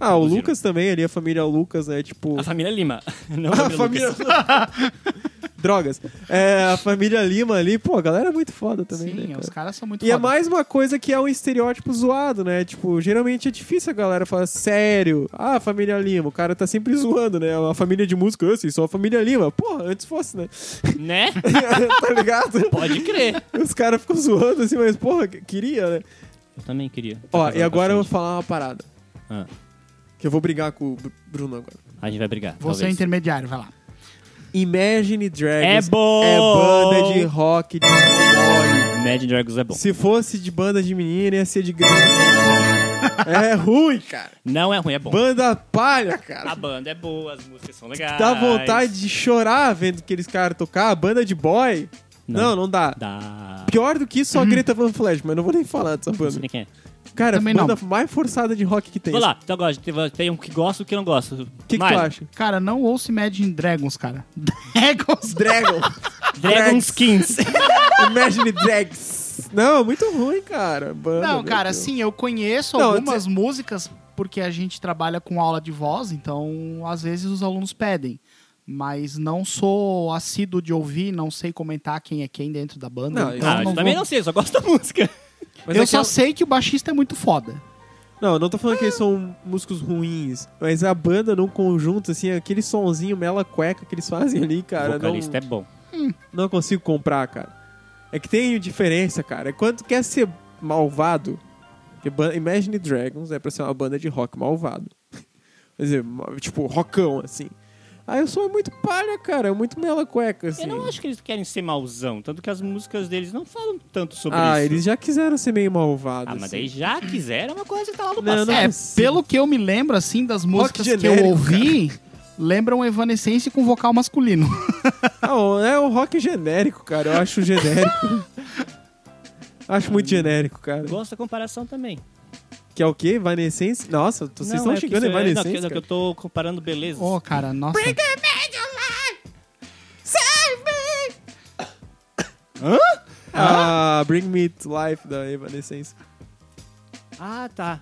Ah, o
Inclusive.
Lucas também, ali a família Lucas é tipo.
A família Lima. Não
A
a
família
família Lucas.
Drogas. É, a família Lima ali, pô, a galera é muito foda também,
Sim,
né? cara?
os caras são muito
E é
foda.
mais uma coisa que é um estereótipo zoado, né? Tipo, geralmente é difícil a galera falar sério. Ah, a família Lima, o cara tá sempre zoando, né? Uma família de música, assim, só a família Lima. Porra, antes fosse, né?
Né?
tá ligado?
Pode crer.
Os caras ficam zoando assim, mas porra, que- queria, né?
Eu também queria.
Ó,
Tá
e agora eu vou
casando
falar uma parada.
com a Sandy.
Que eu vou brigar com o Br- Bruno agora.
Ah, a gente vai brigar.
Você é
talvez.
intermediário, vai lá.
Imagine Dragons
É bom!
é banda de rock de cowboy.
Imagine Dragons é bom.
Se fosse de banda de menina, ia ser de grande. é ruim, cara.
Não é ruim, é bom.
Banda palha,
A
cara.
banda é boa, as músicas são legais.
Dá vontade de chorar vendo aqueles caras tocar. A banda de boy. Não,
Não. Uhum.
não, dá.
Dá.
Pior do que isso, a Greta Van Flash, mas não vou nem falar dessa
Não sei
banda.
nem quem é.
Cara,
Também
banda mais forçada de rock que tem.
Vamos lá, então agora tem- tem um que gosta e um que não gosta. O
O que, que tu acha?
Cara, não ouça Imagine Dragons, cara. Dragons?
Dragon.
Dragons Ah, 15.
Imagine Drags. Não, muito ruim, cara. Banda,
Não,
meu
cara,
Deus.
sim, eu conheço
Não,
algumas músicas porque a gente trabalha com aula de voz, então às vezes os alunos pedem. Mas não sou assíduo de ouvir, não sei comentar quem é quem dentro da banda.
Não,
então
Ah, eu
não
também
vou-
não sei, eu só gosto da música.
Mas
eu
é que
só
ela-
sei que o baixista é muito foda.
Não, eu não tô falando
Ah.
que eles são músicos ruins, mas a banda num conjunto, assim, aquele sonzinho mela cueca que eles fazem ali, cara,
o
não,
vocalista é bom.
não consigo comprar, cara. É que tem diferença, cara. É Quando tu quer ser malvado, porque ban- Imagine Dragons é pra ser uma banda de rock malvado. Quer dizer, ma- tipo, rockão, assim. Aí o som é muito palha, cara, é muito mela cueca, assim.
Eu não acho que eles querem ser mauzão, tanto que as músicas deles não falam tanto sobre
ah,
isso.
eles já quiseram ser meio malvados.
Ah, mas
assim.
daí já quiseram é uma coisa que tá lá no
Não,
passado.
não
é,
consigo.
pelo que eu me lembro, assim, das músicas que
genérico,
eu ouvi, lembram Evanescence com vocal masculino.
Não, é um rock genérico, cara. Eu acho genérico. acho muito genérico, cara.
Gosto da comparação também.
Que é o quê? Evanescence? Nossa, t- vocês
Não,
estão
é que
xingando
isso é- não, que-
Evanescence,
não, que eu
cara.
tô comparando beleza.
Ô, cara, nossa.
Ah, Bring Me To Life da Evanescence.
Ah, tá.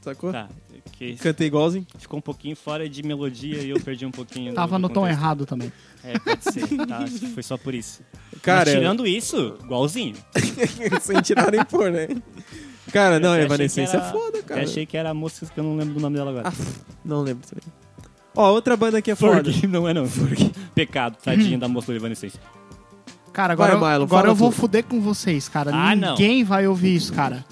Sacou?
Tá. Que
Cantei igualzinho.
ficou um pouquinho fora de melodia e eu perdi um pouquinho. do-
Tava
do
no tom
contexto.
errado também.
É, pode ser. Tá, acho que foi só por isso.
Cara,
Mas tirando isso, igualzinho.
sem tirar nem pôr, né? Cara, não,
Eu achei
Evanescence
que era-
é foda, cara.
Eu achei que era a música que eu não lembro do nome dela agora.
Ah, não lembro também. Ó, outra banda que é foda.
Forg, não é não. Forg. Pecado, tadinha da moça do Evanescence.
Cara, agora,
Vai, Milo,
agora
fala
eu vou
tu.
fuder com vocês, cara.
Ah, não.
Ninguém vai ouvir isso, cara.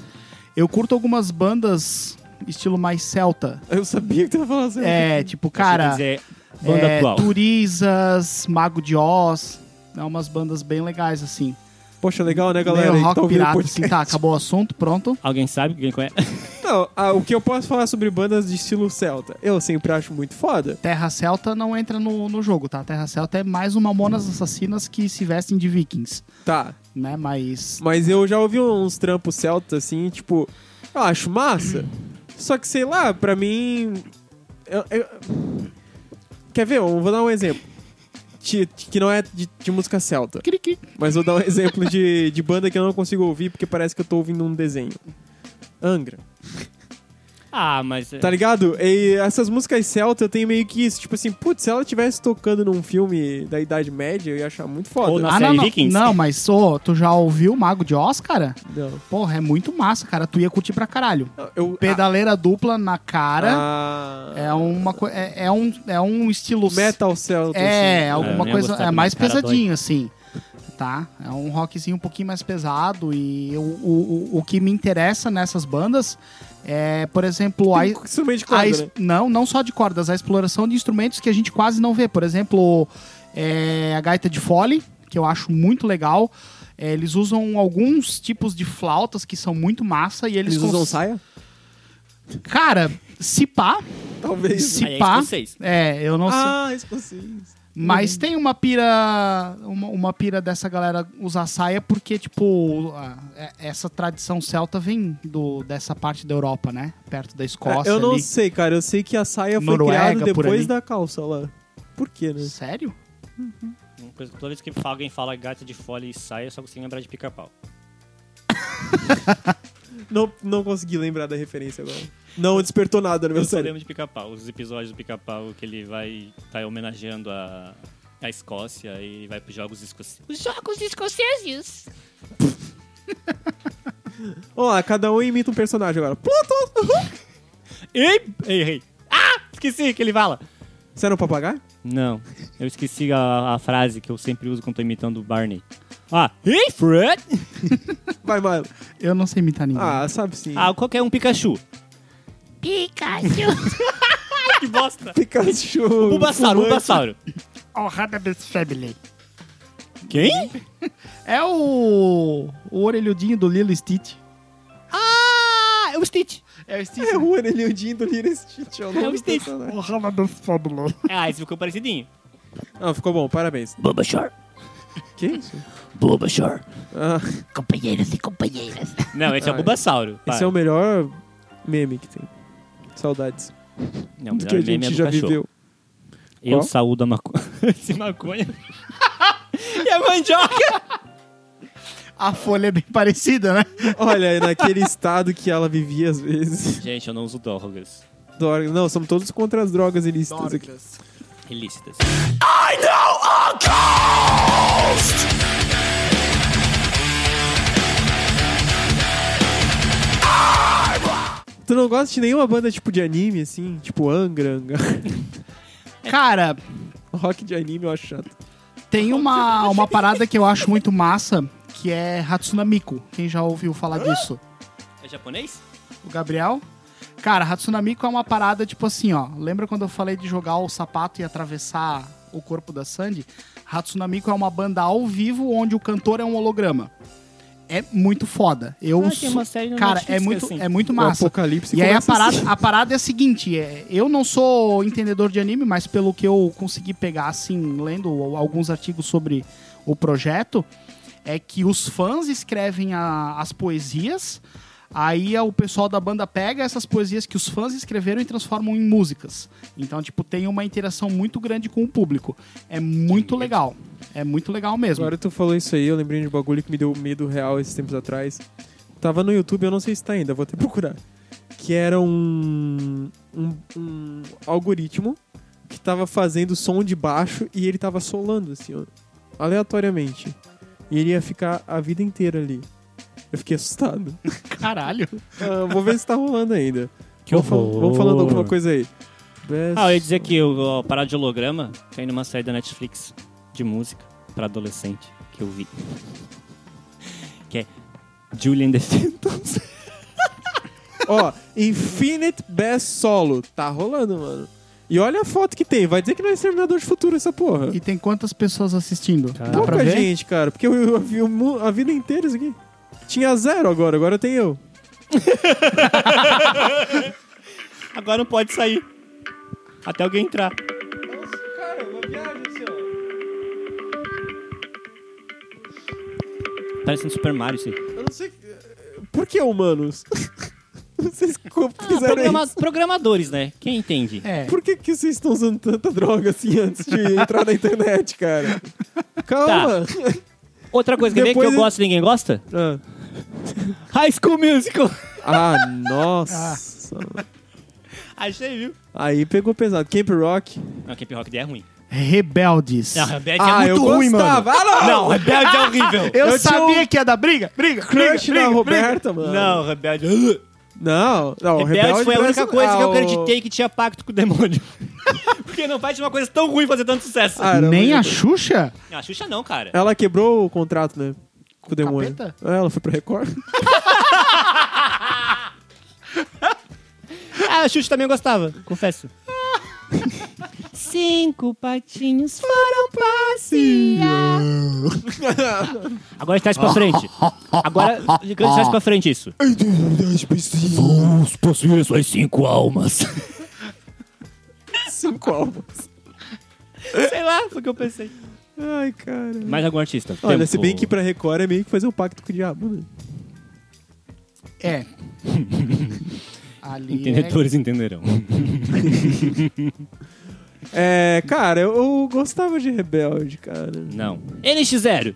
Eu curto algumas bandas estilo mais celta.
Eu sabia que tu ia falar assim.
É, tipo,
Quer
cara,
dizer, banda
é,
atual.
Turisas, Mago de Oz. É umas bandas bem legais, assim.
Poxa, legal, né, galera?
Meio
Aí que
rock
tá ouvindo o
pirata, assim.
podcast.
Tá, acabou o assunto, pronto.
Alguém sabe? é? Alguém conhece?
Não, ah, o que eu posso falar sobre bandas de estilo celta? Eu sempre acho muito foda.
Terra Celta não entra no, no jogo, tá? Terra Celta é mais uma Monas Assassinas que se vestem de vikings,
Tá,
né? Mas...
mas eu já ouvi uns trampos celtas, assim, tipo... Eu acho massa. Só que, sei lá, pra mim... eu- eu- Quer ver? Eu vou dar um exemplo. Ti- Que não é de- de música celta.
Criqui.
Mas vou dar um exemplo de, de banda que eu não consigo ouvir porque parece que eu tô ouvindo um desenho. Angra.
ah, mas... é,
Tá ligado? E essas músicas celta eu tenho meio que isso. Tipo assim, putz, se ela estivesse tocando num filme da Idade Média, eu ia achar muito foda.
Ou na-
Ah, não,
série
não.
Vikings?
Não, mas, ô, tu já ouviu Mago de Oz, cara?
Não.
Porra, é muito massa, cara. Tu ia curtir pra caralho.
Eu,
Pedaleira dupla na cara
ah,
é uma co- é, é um é um estilo
Metal celta.
É,
assim.
eu não
alguma
ia
coisa
gostar
é
de
mais
um cara
pesadinho assim. Tá? É um rockzinho um pouquinho mais pesado e o, o, o- o que me interessa nessas bandas é, por exemplo, a,
Tem instrumento de
a
corda,
es-
né?
não, não só de cordas, a exploração de instrumentos que a gente quase não vê. Por exemplo, é, a gaita de fole, que eu acho muito legal. É, eles usam alguns tipos de flautas que são muito massa e eles,
Eles usam
cons-
saia?
Cara, se pá,
Talvez. né?
se
Aí é
pá.
escocês.
É, eu não sei.
Ah, uhum. escocês.
Mas tem uma pira. Uma, uma pira dessa galera usar saia, porque, tipo, a- é- essa tradição celta vem do, dessa parte da Europa, né? Perto da Escócia.
É, eu não
ali.
sei, cara. Eu sei que a saia
Noruega,
foi criada
por
depois
ali.
da calça lá. Por quê, né?
Sério?
Uma coisa que toda vez que alguém fala gata de fole e sai, eu só consigo lembrar de pica-pau.
Não, não consegui lembrar da referência agora. Não despertou nada no meu
Eu só
cérebro.
lembro de pica-pau. Os episódios do pica-pau que ele vai tá homenageando a, a Escócia e vai pros jogos escoceses.
Os jogos escoceses.
Vamos lá, cada um imita um personagem agora. Pluto! Uhum.
Ei, ei, ei. Ah, esqueci que ele fala.
Você era um papagaio?
Não, eu esqueci a, a frase que eu sempre uso quando tô imitando o Barney. Ah, ei, Fred.
Vai, Milo.
Eu não sei imitar ninguém.
Ah, sabe sim.
Ah, qualquer um Pikachu.
Pikachu.
Que bosta.
Pikachu.
Bulbasauro,
Um fumante.
Bulbasauro.
Oh, Hadabis Family.
Quem?
É o. O orelhudinho do Lilo Stitch.
Ah, é o Stitch.
É o Stitch.
É o orelhudinho do Lira Stitch. É o nome do
Stitch.
personagem.
O Hadabis Family.
Ah, esse ficou parecidinho.
Ah, ficou bom, parabéns.
Bobachor.
Que isso?
Bobachor.
Ah,
Companheiros e companheiras.
Não, esse é o
Ah,
Bulbasauro.
esse é o melhor meme que tem. Saudades.
Não, o
do um que a
melhor meme é
gente
do
já
cachorro.
viveu.
Eu
Qual?
saúdo a maconha. Esse maconha. e a mandioca.
A folha é bem parecida, né?
Olha, é naquele estado que ela vivia às vezes.
Gente, eu não uso drogas
Droga. Não, somos todos contra as drogas ilícitas aqui.
ilícitas.
Tu não gosta de nenhuma banda tipo de anime, assim? Tipo Angra, Angra.
Cara,
Rock de anime eu acho chato.
tem uma, uma parada que eu acho muito massa, que é Hatsunamiko. Quem já ouviu falar disso?
É japonês?
o Gabriel. Cara, Hatsunamiko é uma parada tipo assim, ó. Lembra quando eu falei de jogar o sapato e atravessar o corpo da Sandy? Hatsunamiko é uma banda ao vivo onde o cantor é um holograma. É muito foda. Eu
Ah, tem
sou-
uma série no
Cara, é
Netflix que é
muito,
assim.
é muito
O
massa.
Apocalipse
E aí a
começa
parada,
assim.
a parada é a seguinte, é, eu não sou entendedor de anime, mas pelo que eu consegui pegar, assim, lendo alguns artigos sobre o projeto, é que os fãs escrevem a- as poesias, aí é o pessoal da banda pega essas poesias que os fãs escreveram e transformam em músicas. Então, tipo, tem uma interação muito grande com o público. É muito legal. É muito legal mesmo.
Agora tu falou isso aí, eu lembrei de um bagulho que me deu medo real esses tempos atrás. Tava no YouTube, eu não sei se tá ainda, vou até procurar. Que era um, um, um algoritmo que tava fazendo som de baixo e ele tava solando, assim, ó, aleatoriamente. E ele ia ficar a vida inteira ali. Eu fiquei assustado.
Caralho.
Ah, vou ver se tá rolando ainda.
Que
vamos, fal-
horror.
vamos falando alguma coisa aí. Best-
Ah, eu ia dizer que o, o Pará de Holograma tem numa série da Netflix de música pra adolescente que eu vi. Que é Julian the Phantoms.
Ó, Infinite Best Solo. Tá rolando, mano. E olha a foto que tem. Vai dizer que não é Exterminador de Futuro essa porra.
E tem quantas pessoas assistindo? Dá pra
Pouca
ver?
gente, cara. Porque eu, eu vi o mu- a vida inteira isso aqui. Tinha zero agora, agora tem eu.
Agora não pode sair. Até alguém entrar.
Cara, uma viagem assim, ó.
Parece um Super Mario isso aí.
Eu não sei... Por que humanos? Vocês co-
Ah,
fizeram
programa-
isso?
programadores, né? Quem entende?
É.
Por que, que vocês estão usando tanta droga assim antes de entrar na internet, cara? Calma.
Outra coisa que,
Depois
que eu
eu-
gosto e ninguém gosta?
Ah.
High School Musical.
Ah, nossa.
Ah. Achei, viu?
Aí pegou pesado. Camp Rock.
Não, Camp Rock é ruim.
Rebeldes.
Não, Rebelde
ah,
é
eu
muito ruim, mano.
gostava. Ah, não!
Não, Rebelde é horrível.
Eu,
Eu tinha um
sabia que ia dar briga, briga, briga,
Crush
briga,
na
briga.
Roberta, mano.
Não, Rebelde...
Não, não.
Rebelde, foi a única
parece-
coisa que
Ah,
eu
o-
acreditei que tinha pacto com o demônio. Porque não faz uma coisa tão ruim fazer tanto sucesso.
Ah, era
Nem
muito-
a Xuxa?
Não, a Xuxa não, cara.
Ela quebrou o contrato, né? Com o demônio.
capeta?
É, Ela foi pra Record.
Ah, a Xuxa também gostava, confesso. Cinco patinhos foram passear. Agora de trás pra frente. Agora de trás pra frente isso.
Tipo
Vamos possuir suas cinco almas.
Cinco álbuns.
Sei lá, foi o que eu pensei.
Ai, cara.
Mais algum artista?
Olha,
Tempo.
se bem que pra Record é meio que fazer um pacto com o diabo, né?
É. Ali é...
Entendedores entenderão.
É, cara, eu, eu gostava de Rebelde, cara.
Não. NX0.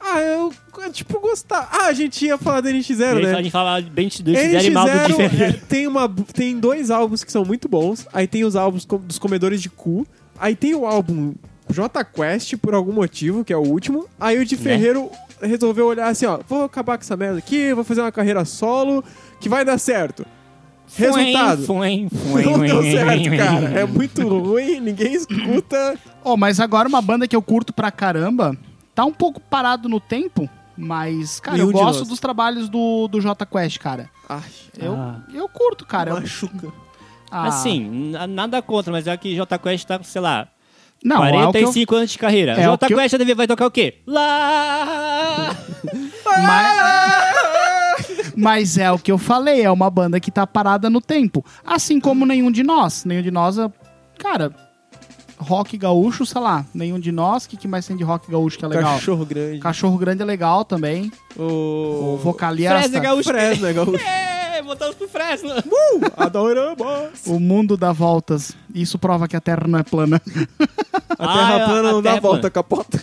Ah, eu, eu, tipo, gostava. Ah, a gente ia falar da NX0, né?
A gente fala bem do NX0 e mal do
NX0 é,
diferente.
tem, uma, tem dois álbuns que são muito bons. Aí tem os álbuns com- dos comedores de cu. Aí tem o álbum J Quest, por algum motivo, que é o último. Aí o de
Né?
Ferreiro resolveu olhar assim, ó. Vou acabar com essa merda aqui, vou fazer uma carreira solo, que vai dar certo. Resultado.
Fuem, fuem,
Não
fuem,
deu
fuem,
certo,
fuem.
cara. É muito ruim, ninguém escuta.
Oh, mas agora uma banda que eu curto pra caramba, tá um pouco parado no tempo, mas, cara,
Nenhum
eu
de
gosto
nós.
dos trabalhos do, do J Quest, cara.
Ai, é
Eu,
Ah.
eu curto, cara. Eu-
machuca.
Ah,
Assim, na- nada contra, mas é que J Quest tá, sei lá,
não, é o que eu-
45 anos de carreira.
É o
J
que eu-
Quest deve- vai tocar o quê? Lá!
Mas... Mas é o que eu falei, é uma banda que tá parada no tempo. Assim como nenhum de nós. Nenhum de nós, é- cara, rock gaúcho, sei lá, nenhum de nós. O que, que mais tem de rock gaúcho que é legal? Cachorro,
Cachorro grande.
Grande é legal também.
O...
O vocalista.
Fresno é gaúcho.
Fresno é gaúcho. Uh,
É, botamos pro Fresno.
Adoramos.
O mundo dá voltas. Isso prova que a Terra não é plana.
A terra
Ah,
plana
a
não dá
terra
volta, capota.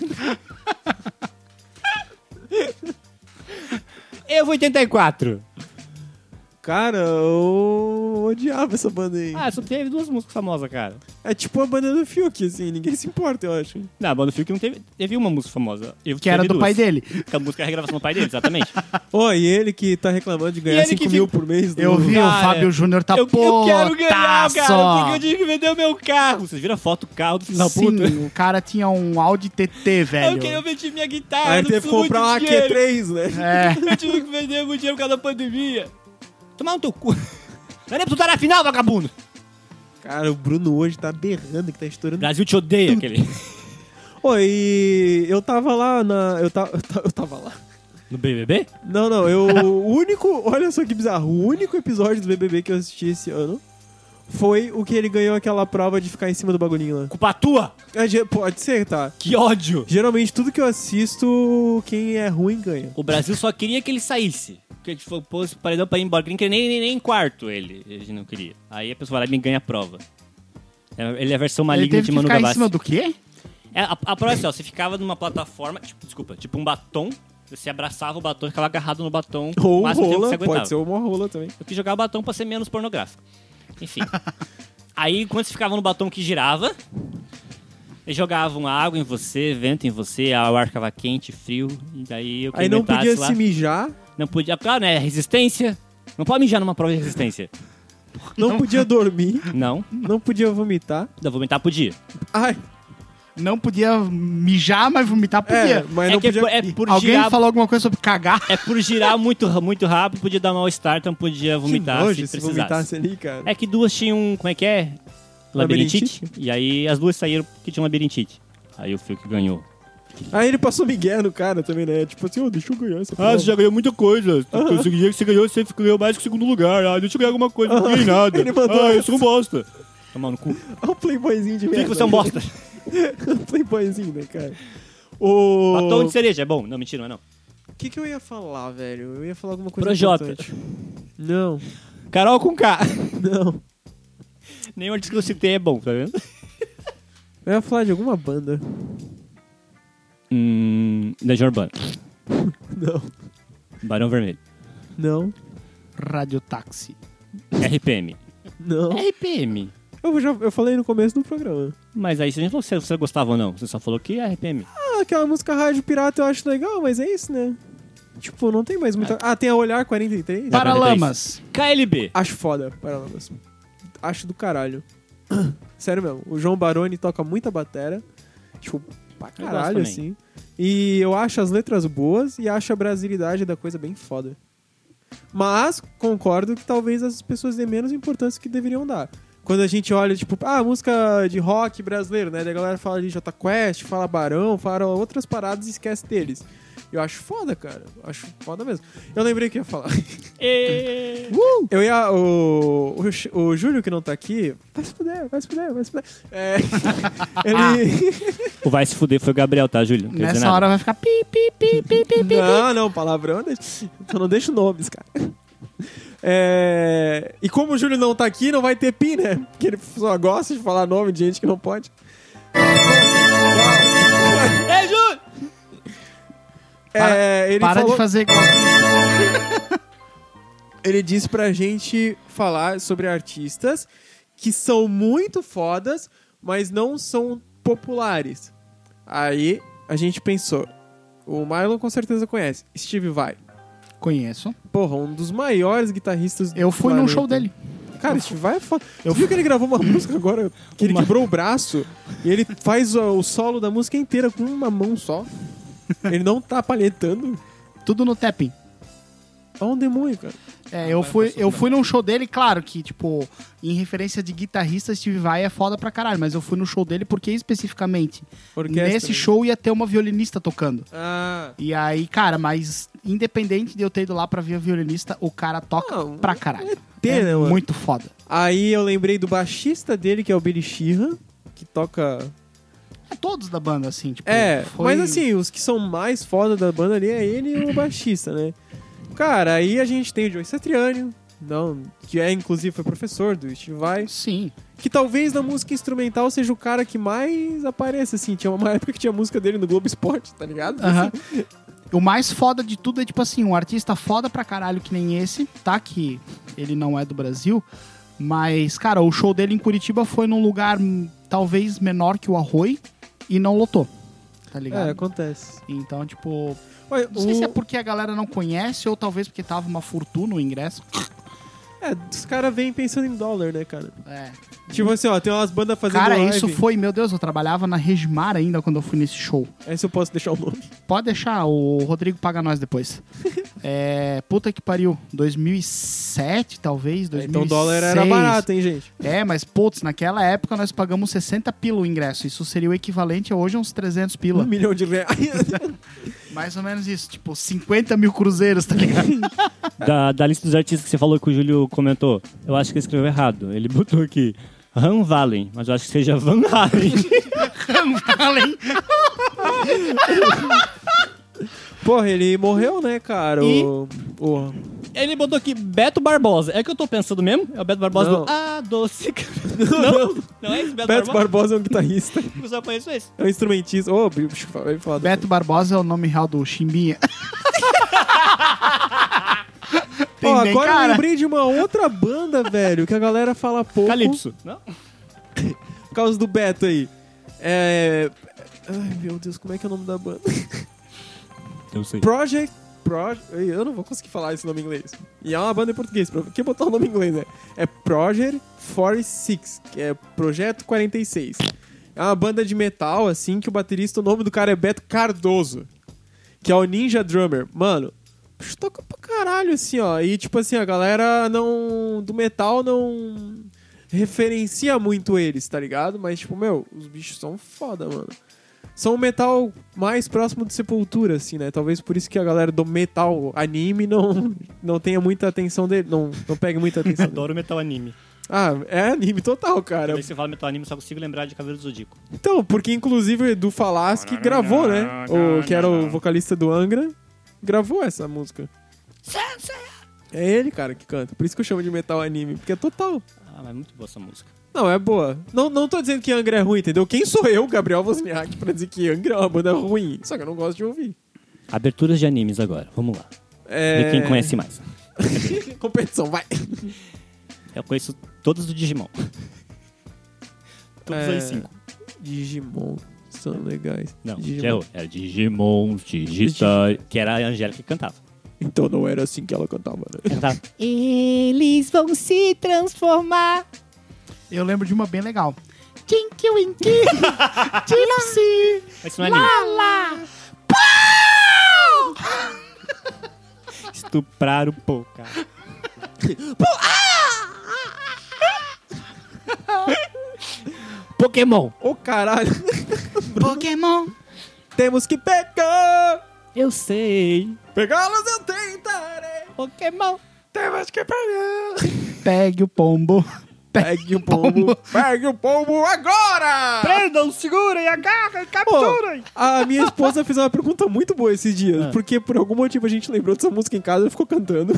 Eu vou 84.
Cara, eu odiava essa banda aí.
Ah, só teve duas músicas famosas, cara.
É tipo a banda do Fiuk, assim, ninguém se importa, eu acho.
Não, a banda Fiuk não teve, teve uma música famosa. Eu
Que era
teve
do
duas.
pai dele.
Que a música é a regravação do pai dele, exatamente.
Ó, e ele que tá reclamando de ganhar
ele
5
que
mil
fica-
por mês do...
Eu vi,
Cara,
o Fábio Júnior tá
eu, eu quero ganhar,
putaço.
cara, um porque eu tive que vender o meu carro. Vocês viram a foto do carro do filho da puta?
Sim, o cara tinha um Audi TT, velho.
Eu queria vender minha guitarra.
Aí
não
teve que
preciso muito
comprar uma
de dinheiro.
Q3, né?
É.
Eu tive que vender muito dinheiro por causa da pandemia. Tomar no teu cu. Não é nem pra tu tá na final, vagabundo.
É.
Cara, o Bruno hoje tá berrando, que tá estourando.
Brasil te odeia, aquele.
Ô, e eu tava lá na... Eu, ta... eu, ta- eu tava lá.
No BBB?
Não, não, eu... o único... Olha só que bizarro. O único episódio do BBB que eu assisti esse ano foi o que ele ganhou aquela prova de ficar em cima do bagulhinho lá.
Culpa tua!
É, ge- Pode ser, tá?
Que ódio!
Geralmente, tudo que eu assisto, quem é ruim ganha.
O Brasil só queria que ele saísse. Que ele tipo, pôs o paredão pra ir embora. Que nem, queria nem, nem, nem em quarto ele. Ele não queria. Aí a pessoa vai lá e ganha a prova. É- Ele é a versão
Ele
maligna
teve
de
que
Manu
ficar em
Gavassi.
cima do quê?
É, a, a prova é assim, ó. Você ficava numa plataforma... Tipo, desculpa. Tipo um batom. Você abraçava o batom e ficava agarrado no batom. o
Ou
máximo tempo que
rola,
você aguentava.
pode ser uma rola também.
Eu quis jogar o batom pra ser menos pornográfico. Enfim. Aí, quando você ficava no batom que girava, Eles jogavam água em você, vento em você, o ar ficava quente, frio, e daí eu
Aí não podia
lá,
se mijar,
Não podia, claro, né? Resistência. Não pode mijar numa prova de resistência.
não podia dormir,
Não,
não podia vomitar.
não vou mentar, podia.
Ai,
Não podia mijar, mas vomitar
é,
podia.
mas
é
não
que
podia...
é por
Alguém
girar,
falou alguma coisa sobre cagar?
é por girar muito, muito rápido, podia dar mal-estar, então podia vomitar
que nojo
se
se
precisasse.
vomitasse ali, cara.
É que duas tinham, como é que é? Labirintite. E aí as duas saíram que tinham labirintite. Aí o Fiuk ganhou.
Aí ele passou migué no cara também, né? Tipo assim, ô, deixa eu ganhar
Ah,
essa prova.
ganhou muita coisa. O dia que você ganhou, você ganhou mais que o segundo lugar. Ah, deixa eu ganhar alguma coisa, não ganhei nada.
Ele mandou Ah, eu
sou um bosta. Tomar no cu.
Olha o playboyzinho de
Fiuk,
merda.
você é um bosta.
playboyzinho, né, cara? O...
Batom de cereja, é bom. Não, mentira, não é não.
O que, que eu ia falar, velho? Eu ia falar alguma coisa
Projota.
importante. Não,
Carol com K.
não.
Nenhum artista que eu citei é bom, tá vendo?
Eu ia falar de alguma banda.
Hum, Legião Urbana.
Não,
Barão Vermelho.
não,
Radiotáxi.
RPM.
não.
RPM.
Eu, já, eu falei no começo do programa.
Mas aí você nem falou se você gostava ou não. Você só falou que é RPM.
Ah, aquela música Rádio Pirata eu acho legal, mas é isso, né? Tipo, não tem mais muita... Ah, tem a Olhar 43?
Tá.
Paralamas.
KLB.
Acho foda, Paralamas. Acho do caralho. Sério mesmo, o João Baroni toca muita batera. Tipo, pra caralho,
também.
assim. E eu acho as letras boas e acho a brasilidade da coisa bem foda. Mas concordo que talvez as pessoas dêem menos importância que deveriam dar. Quando a gente olha, tipo, ah, música de rock brasileiro, né? Daí a galera fala de Jota Quest, fala Barão, fala outras paradas e esquece deles. Eu acho foda, cara. Eu Acho foda mesmo. Eu lembrei o que eu ia falar.
E...
Eu ia. O, o, Ch- o Júlio, que não tá aqui. Vai se fuder, vai se fuder, vai se fuder. É, ele.
O vai se fuder foi o Gabriel, tá, Júlio? Não quer dizer
Nessa
nada.
hora vai ficar pi, pi, pi, pi, pi, pi.
não, não, palavrão. deixa- Só não deixa nomes, cara. É, e como o Júlio não tá aqui, não vai ter PIN, né? Porque ele só gosta de falar nome de gente que não pode.
É, Júlio!
É, ele,
Para
falou,
de fazer igual.
ele disse pra gente falar sobre artistas que são muito fodas, mas não são populares. Aí a gente pensou. O Marlon com certeza conhece. Steve Vai.
Conheço.
Porra, um dos maiores guitarristas do
Eu fui num
planeta.
show dele.
Cara, Steve Vai é foda.
Eu
Eu vi que ele gravou uma música agora que ele
Uma-
quebrou o braço e ele faz ó, o solo da música inteira com uma mão só. Ele não tá palhetando.
Tudo no tapping.
Olha um demônio, cara.
É, eu fui, eu fui num show dele, claro que, tipo, em referência de guitarrista, Steve Vai é foda pra caralho, mas eu fui no show dele porque especificamente
Orquestra,
nesse
né?
show ia ter uma violinista tocando.
Ah.
E aí, cara, mas independente de eu ter ido lá pra ver a violinista, o cara toca
Não,
pra caralho. É
Tem, né, mano?
muito foda.
Aí eu lembrei do baixista dele, que é o Billy Sheehan, que toca.
É todos da banda, assim, tipo.
É,
foi-
mas assim, os que são mais foda da banda ali é ele e o baixista, né? Cara, aí a gente tem o Joey Satriani, não, que é inclusive foi professor do Steve Vai.
Sim.
que talvez na música instrumental seja o cara que mais aparece, assim. Tinha uma época que tinha música dele no Globo Esporte, tá ligado?
Aham. O mais foda de tudo é, tipo assim, um artista foda pra caralho que nem esse, tá? Que ele não é do Brasil. Mas, cara, o show dele em Curitiba foi num lugar hum, talvez menor que o Arroi e não lotou. Tá
É,
ligado?
acontece.
Então, tipo,
Olha,
não sei
o-
se é porque a galera não conhece ou talvez porque tava uma fortuna o ingresso.
é, os caras vêm pensando em dólar, né, cara?
É.
Tipo assim, ó, tem umas bandas fazendo
Cara,
live.
isso foi, meu Deus, eu trabalhava na Regimar ainda quando eu fui nesse show.
Esse eu posso deixar o nome.
Pode deixar, o Rodrigo paga nós depois. é, puta que pariu, 2007 talvez, 2006.
Então dólar era barato, hein, gente?
É, mas putz, naquela época nós pagamos 60 pila o ingresso. Isso seria o equivalente a hoje a uns 300
Um
pila.
milhão de reais.
Mais ou menos isso, tipo 50 mil cruzeiros, tá ligado?
Da, da lista dos artistas que você falou que o Júlio comentou, eu acho que ele escreveu errado. Ele botou aqui Van Valen, mas eu acho que seja Van Halen.
Além.
Porra, ele morreu, né, cara?
E-
O... o-
ele botou aqui Beto Barbosa. É que eu tô pensando mesmo? É o Beto Barbosa
Não.
do Adocica. Não, não, é esse Beto,
Beto
Barbosa.
Barbosa é um guitarrista,
Eu só conheço esse.
é um instrumentista. Ô, bicho, vai falar.
Beto Barbosa é o nome real do Chimbinha. Tem
Ó,
bem
agora eu
cara.
lembrei de uma outra banda, velho, que a galera fala pouco.
Calypso. Não?
por causa do Beto aí. É. Ai, meu Deus, como é que é o nome da banda?
Eu sei.
Project. Pro... Eu não vou conseguir falar esse nome em inglês. E é uma banda em português, pra que botar o nome em inglês, né? É Project 46, que é Projeto 46. É uma banda de metal, assim, que o baterista, o nome do cara é Beto Cardoso, que é o Ninja Drummer. Mano, bicho toca pra caralho, assim, ó. E, tipo assim, a galera não do metal não referencia muito eles, tá ligado? Mas, tipo, meu, os bichos são foda, mano são o metal mais próximo de Sepultura, assim, né? Talvez por isso que a galera do metal anime não, não tenha muita atenção dele, não, não pegue muita atenção. dele.
Adoro metal anime.
Ah, é anime total, cara.
Quando você fala metal anime, só consigo lembrar de Cavaleiro do Zodíaco.
Então, porque inclusive o Edu Falaschi gravou, né? O que era o vocalista do Angra, gravou essa música. É ele, cara, que canta. Por isso que eu chamo de metal anime, porque é total.
Ah, mas é muito boa essa música.
Não, é boa. Não, não tô dizendo que Angra é ruim, entendeu? Quem sou eu, Gabriel Wozniak, pra dizer que Angra é uma banda ruim? Só que eu não gosto de ouvir.
Aberturas de animes agora, vamos lá.
É...
Vê quem conhece mais.
Competição, vai.
Eu conheço todos do Digimon. Todos
É.
os cinco.
Digimon. São legais.
Não,
Digimon.
já é errou. Era Digimon, Digitai, que era a Angélica que cantava.
Então não era assim que ela cantava, né?
Cantava.
Eles vão se transformar.
Eu lembro de uma bem legal. Tinky Winky,
Tipo assim.
Gypsy,
Mas isso não é anime.
Lala.
Estuprar o pô, cara.
Pokémon.
Ô caralho,
Pokémon.
temos que pegar!
Eu sei.
Pegá-los eu tentarei!
Pokémon.
Temos que pegar!
Pegue o pombo.
Pegue o pombo! Pegue o pombo agora!
Prendam, segurem, agarrem, capturem.
A minha esposa fez uma pergunta muito boa esses dias,
Ah.
porque por algum motivo a gente lembrou dessa música em casa e ficou cantando.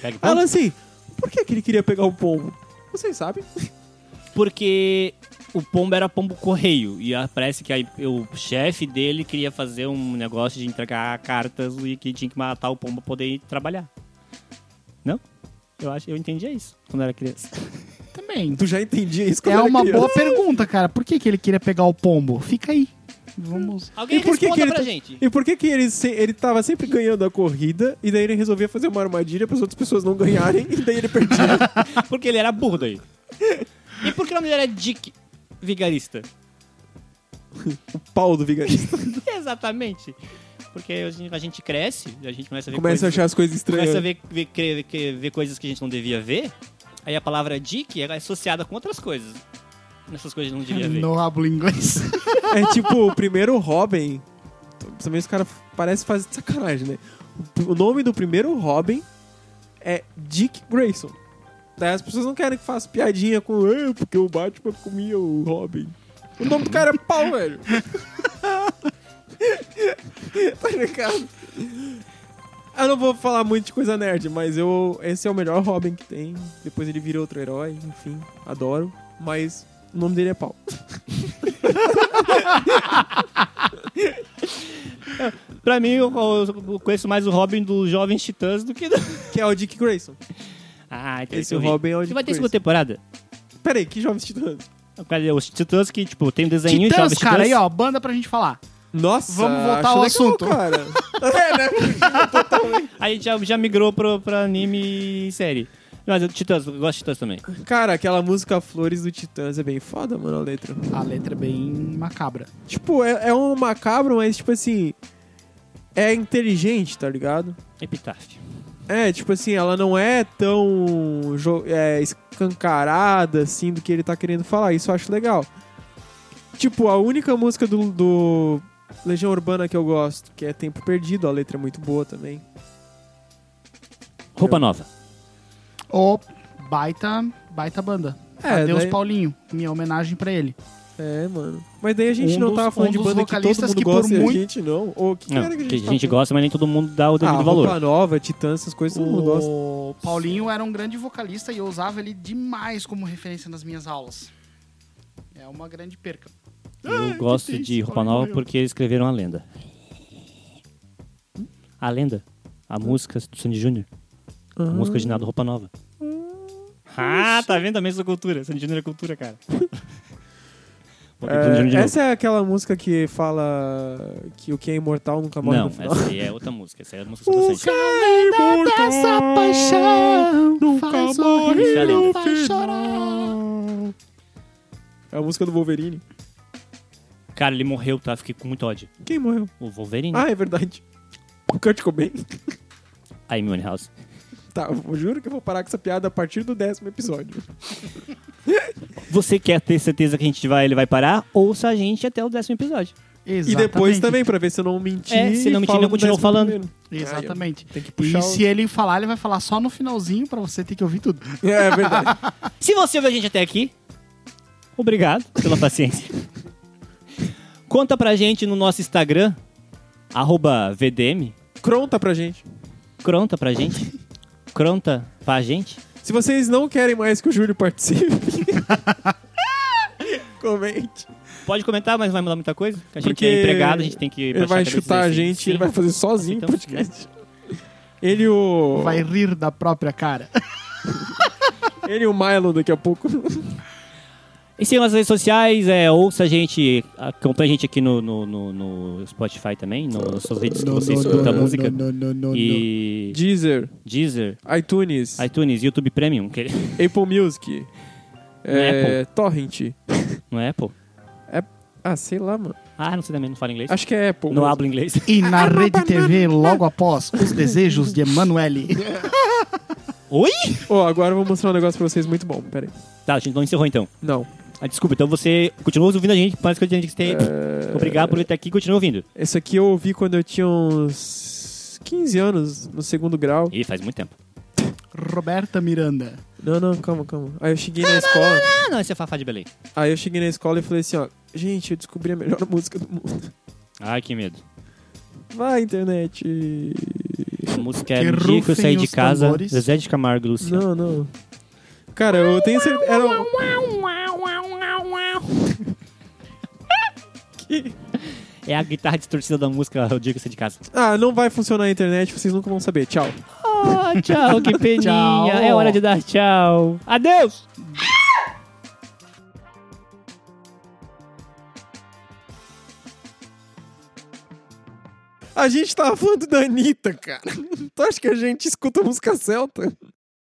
Pega o
Ela
ponto.
assim, por que, que ele queria pegar o pombo? Vocês sabem?
Porque o pombo era pombo correio. E a- parece que aí o chefe dele queria fazer um negócio de entregar cartas e que tinha que matar o pombo pra poder ir trabalhar. Não? Eu acho, eu entendia isso quando era criança.
Também.
Tu já entendia isso quando
É
era
uma
criança?
boa pergunta, cara. Por que, que ele queria pegar o pombo? Fica aí. Vamos.
Alguém
E por que
responda
que ele
pra
tá-
gente.
E por que que ele, se- ele tava sempre ganhando a corrida e daí ele resolvia fazer uma armadilha para as outras pessoas não ganharem e daí ele perdia?
Porque ele era burro daí. E por que o nome dele era Dick Vigarista?
Pau do vigarista.
Exatamente. Porque a gente, a gente cresce, a gente começa a ver
Começa a
coisas,
achar as coisas estranhas.
começa a ver, ver, crer- ver- ver coisas que a gente não devia ver. Aí a palavra Dick ela é associada com outras coisas. Nessas coisas que a gente não devia ver.
No rabo inglês.
É tipo, o primeiro Robin. Também os caras parecem fazer de sacanagem, né? O nome do primeiro Robin é Dick Grayson. Daí as pessoas não querem que faça piadinha com "Ah, porque o Batman comia o Robin. O nome do cara é pau, velho. tá ligado? Eu não vou falar muito de coisa nerd, mas eu esse é o melhor Robin que tem. Depois ele vira outro herói, enfim, adoro. Mas o nome dele é pau.
Pra mim, eu, eu conheço mais o Robin do Jovens Titãs do que do...
Que é o Dick Grayson.
Ah, então
Esse
eu vi.
Robin é o
Que vai ter
Dick
segunda temporada?
Peraí, que jovens titãs?
Cadê Os Titãs que, tipo, tem um desenho de
Titãs,
Jovens
cara,
Titãs.
aí, ó, banda pra gente falar.
Nossa,
Vamos voltar
acho
ao
legal,
assunto.
Cara. é, né?
Aí já, já migrou pro, pra anime e série. Mas eu- Titãs, eu gosto de Titãs também.
Cara, aquela música Flores do Titãs é bem foda, mano, a letra.
A letra é bem macabra.
Tipo, é, é um macabro, mas, tipo assim. É inteligente, tá ligado?
Epitáfio.
É, tipo assim, ela não é tão jo- é, escancarada, assim, do que ele tá querendo falar. Isso eu acho legal. Tipo, a única música do, do Legião Urbana que eu gosto, que é Tempo Perdido, a letra é muito boa também.
Roupa nova.
Ô, baita, baita banda.
É,
Adeus,
daí-
Paulinho. Minha homenagem pra ele.
É, mano. Mas daí a gente
Um
não
dos-
tava falando
um
de
dos
banda que todo
vocalistas
mundo
que por
gosta né? e
muito-
a gente não. Ou que,
Não,
era que a gente,
que a
tava
gente
falando?
gosta, mas nem todo mundo dá o
Ah,
devido valor.
Roupa Nova, Titãs, essas coisas todo mundo gosta.
O Paulinho era um grande vocalista e eu usava ele demais como referência nas minhas aulas. É uma grande perca.
Ah,
Eu gosto de Roupa Nova porque eles escreveram a lenda. A lenda. A música do Sandy Júnior. A
Ah.
música original do Roupa Nova. Ah, tá vendo a mesma cultura? Sandy Júnior é cultura, cara.
É, essa é aquela música que fala que o que é imortal nunca morre
Não,
no final.
essa aí é outra música. Essa é a música recente.
Calenda
Essa paixão
é nunca
faz
morre
sorrir,
no
faz chorar.
final. É a música do Wolverine.
Cara, ele morreu, tá? Fiquei com muito ódio.
Quem morreu?
O Wolverine.
Ah, é verdade. O Kurt Cobain.
Aí, House.
Tá, eu juro que eu vou parar com essa piada a partir do décimo episódio.
Você quer ter certeza que a gente vai, ele vai parar? Ouça a gente até o décimo episódio.
E depois
Exatamente.
também, pra ver se eu não menti.
É, se não mentir,
falo
eu
do
continuo
décimo
falando.
primeiro.
Exatamente.
Tem que puxar
E
o-
se ele falar, ele vai falar só no finalzinho pra você ter que ouvir tudo.
É, é verdade.
Se você ouviu a gente até aqui, obrigado pela paciência. Conta pra gente no nosso Instagram, arroba VDM.
Cronta pra gente.
Cronta pra gente. Cronta pra gente.
Se vocês não querem mais que o Júlio participe, comente.
Pode comentar, mas não vai mudar muita coisa. A gente
Porque
é empregado, a gente tem que...
Ele
baixar a
vai
cabeça
chutar a
desse-
gente,
Sim.
ele vai fazer sozinho o
Então,
podcast. Ele e o.
Vai rir da própria cara.
Ele e o Milo daqui a pouco.
E sigam nas redes sociais, é, ouça a gente, acompanha a gente aqui no, no, no- no Spotify também, no- nas suas redes que você escuta a música. e
Deezer,
Deezer,
iTunes,
iTunes, YouTube Premium, que
Apple Music, é, Torrent.
não é Apple.
Ah, sei lá, mano.
Ah, não sei também, não fala inglês.
Acho que é Apple.
não
mesmo.
hablo inglês.
E na Rede TV, logo após, os desejos de Emanuele.
Oi?
Ô, agora eu vou mostrar um negócio pra vocês muito bom. Pera aí.
Tá, a gente não encerrou então.
Não.
Ah, desculpa, então você continua ouvindo a gente, parece que eu tinha que ter. Obrigado por estar aqui e continua ouvindo.
Isso aqui eu ouvi quando eu tinha uns 15 anos, no segundo grau.
Ih, faz muito tempo.
Roberta Miranda.
Não, não, calma, calma. Aí eu cheguei na escola.
Ah, não, esse é Fafá de Belém.
Aí eu cheguei na escola e falei assim, ó. Gente, eu descobri a melhor música do mundo.
Ai, que medo.
Vai, internet.
A música
Que
é no dia que eu saí
rufem
de
os
casa,
tambores.
Zé de Camargo e Luciano.
Não, não. Cara, eu tenho certeza. Era... um-
É a guitarra distorcida da música é o dia que eu saí de casa.
Ah, não vai funcionar a internet, vocês nunca vão saber. Tchau.
Ah, tchau, que peninha.
Tchau.
É hora de dar tchau. Adeus!
A gente tava falando da Anitta, cara. Tu acha que a gente escuta música celta?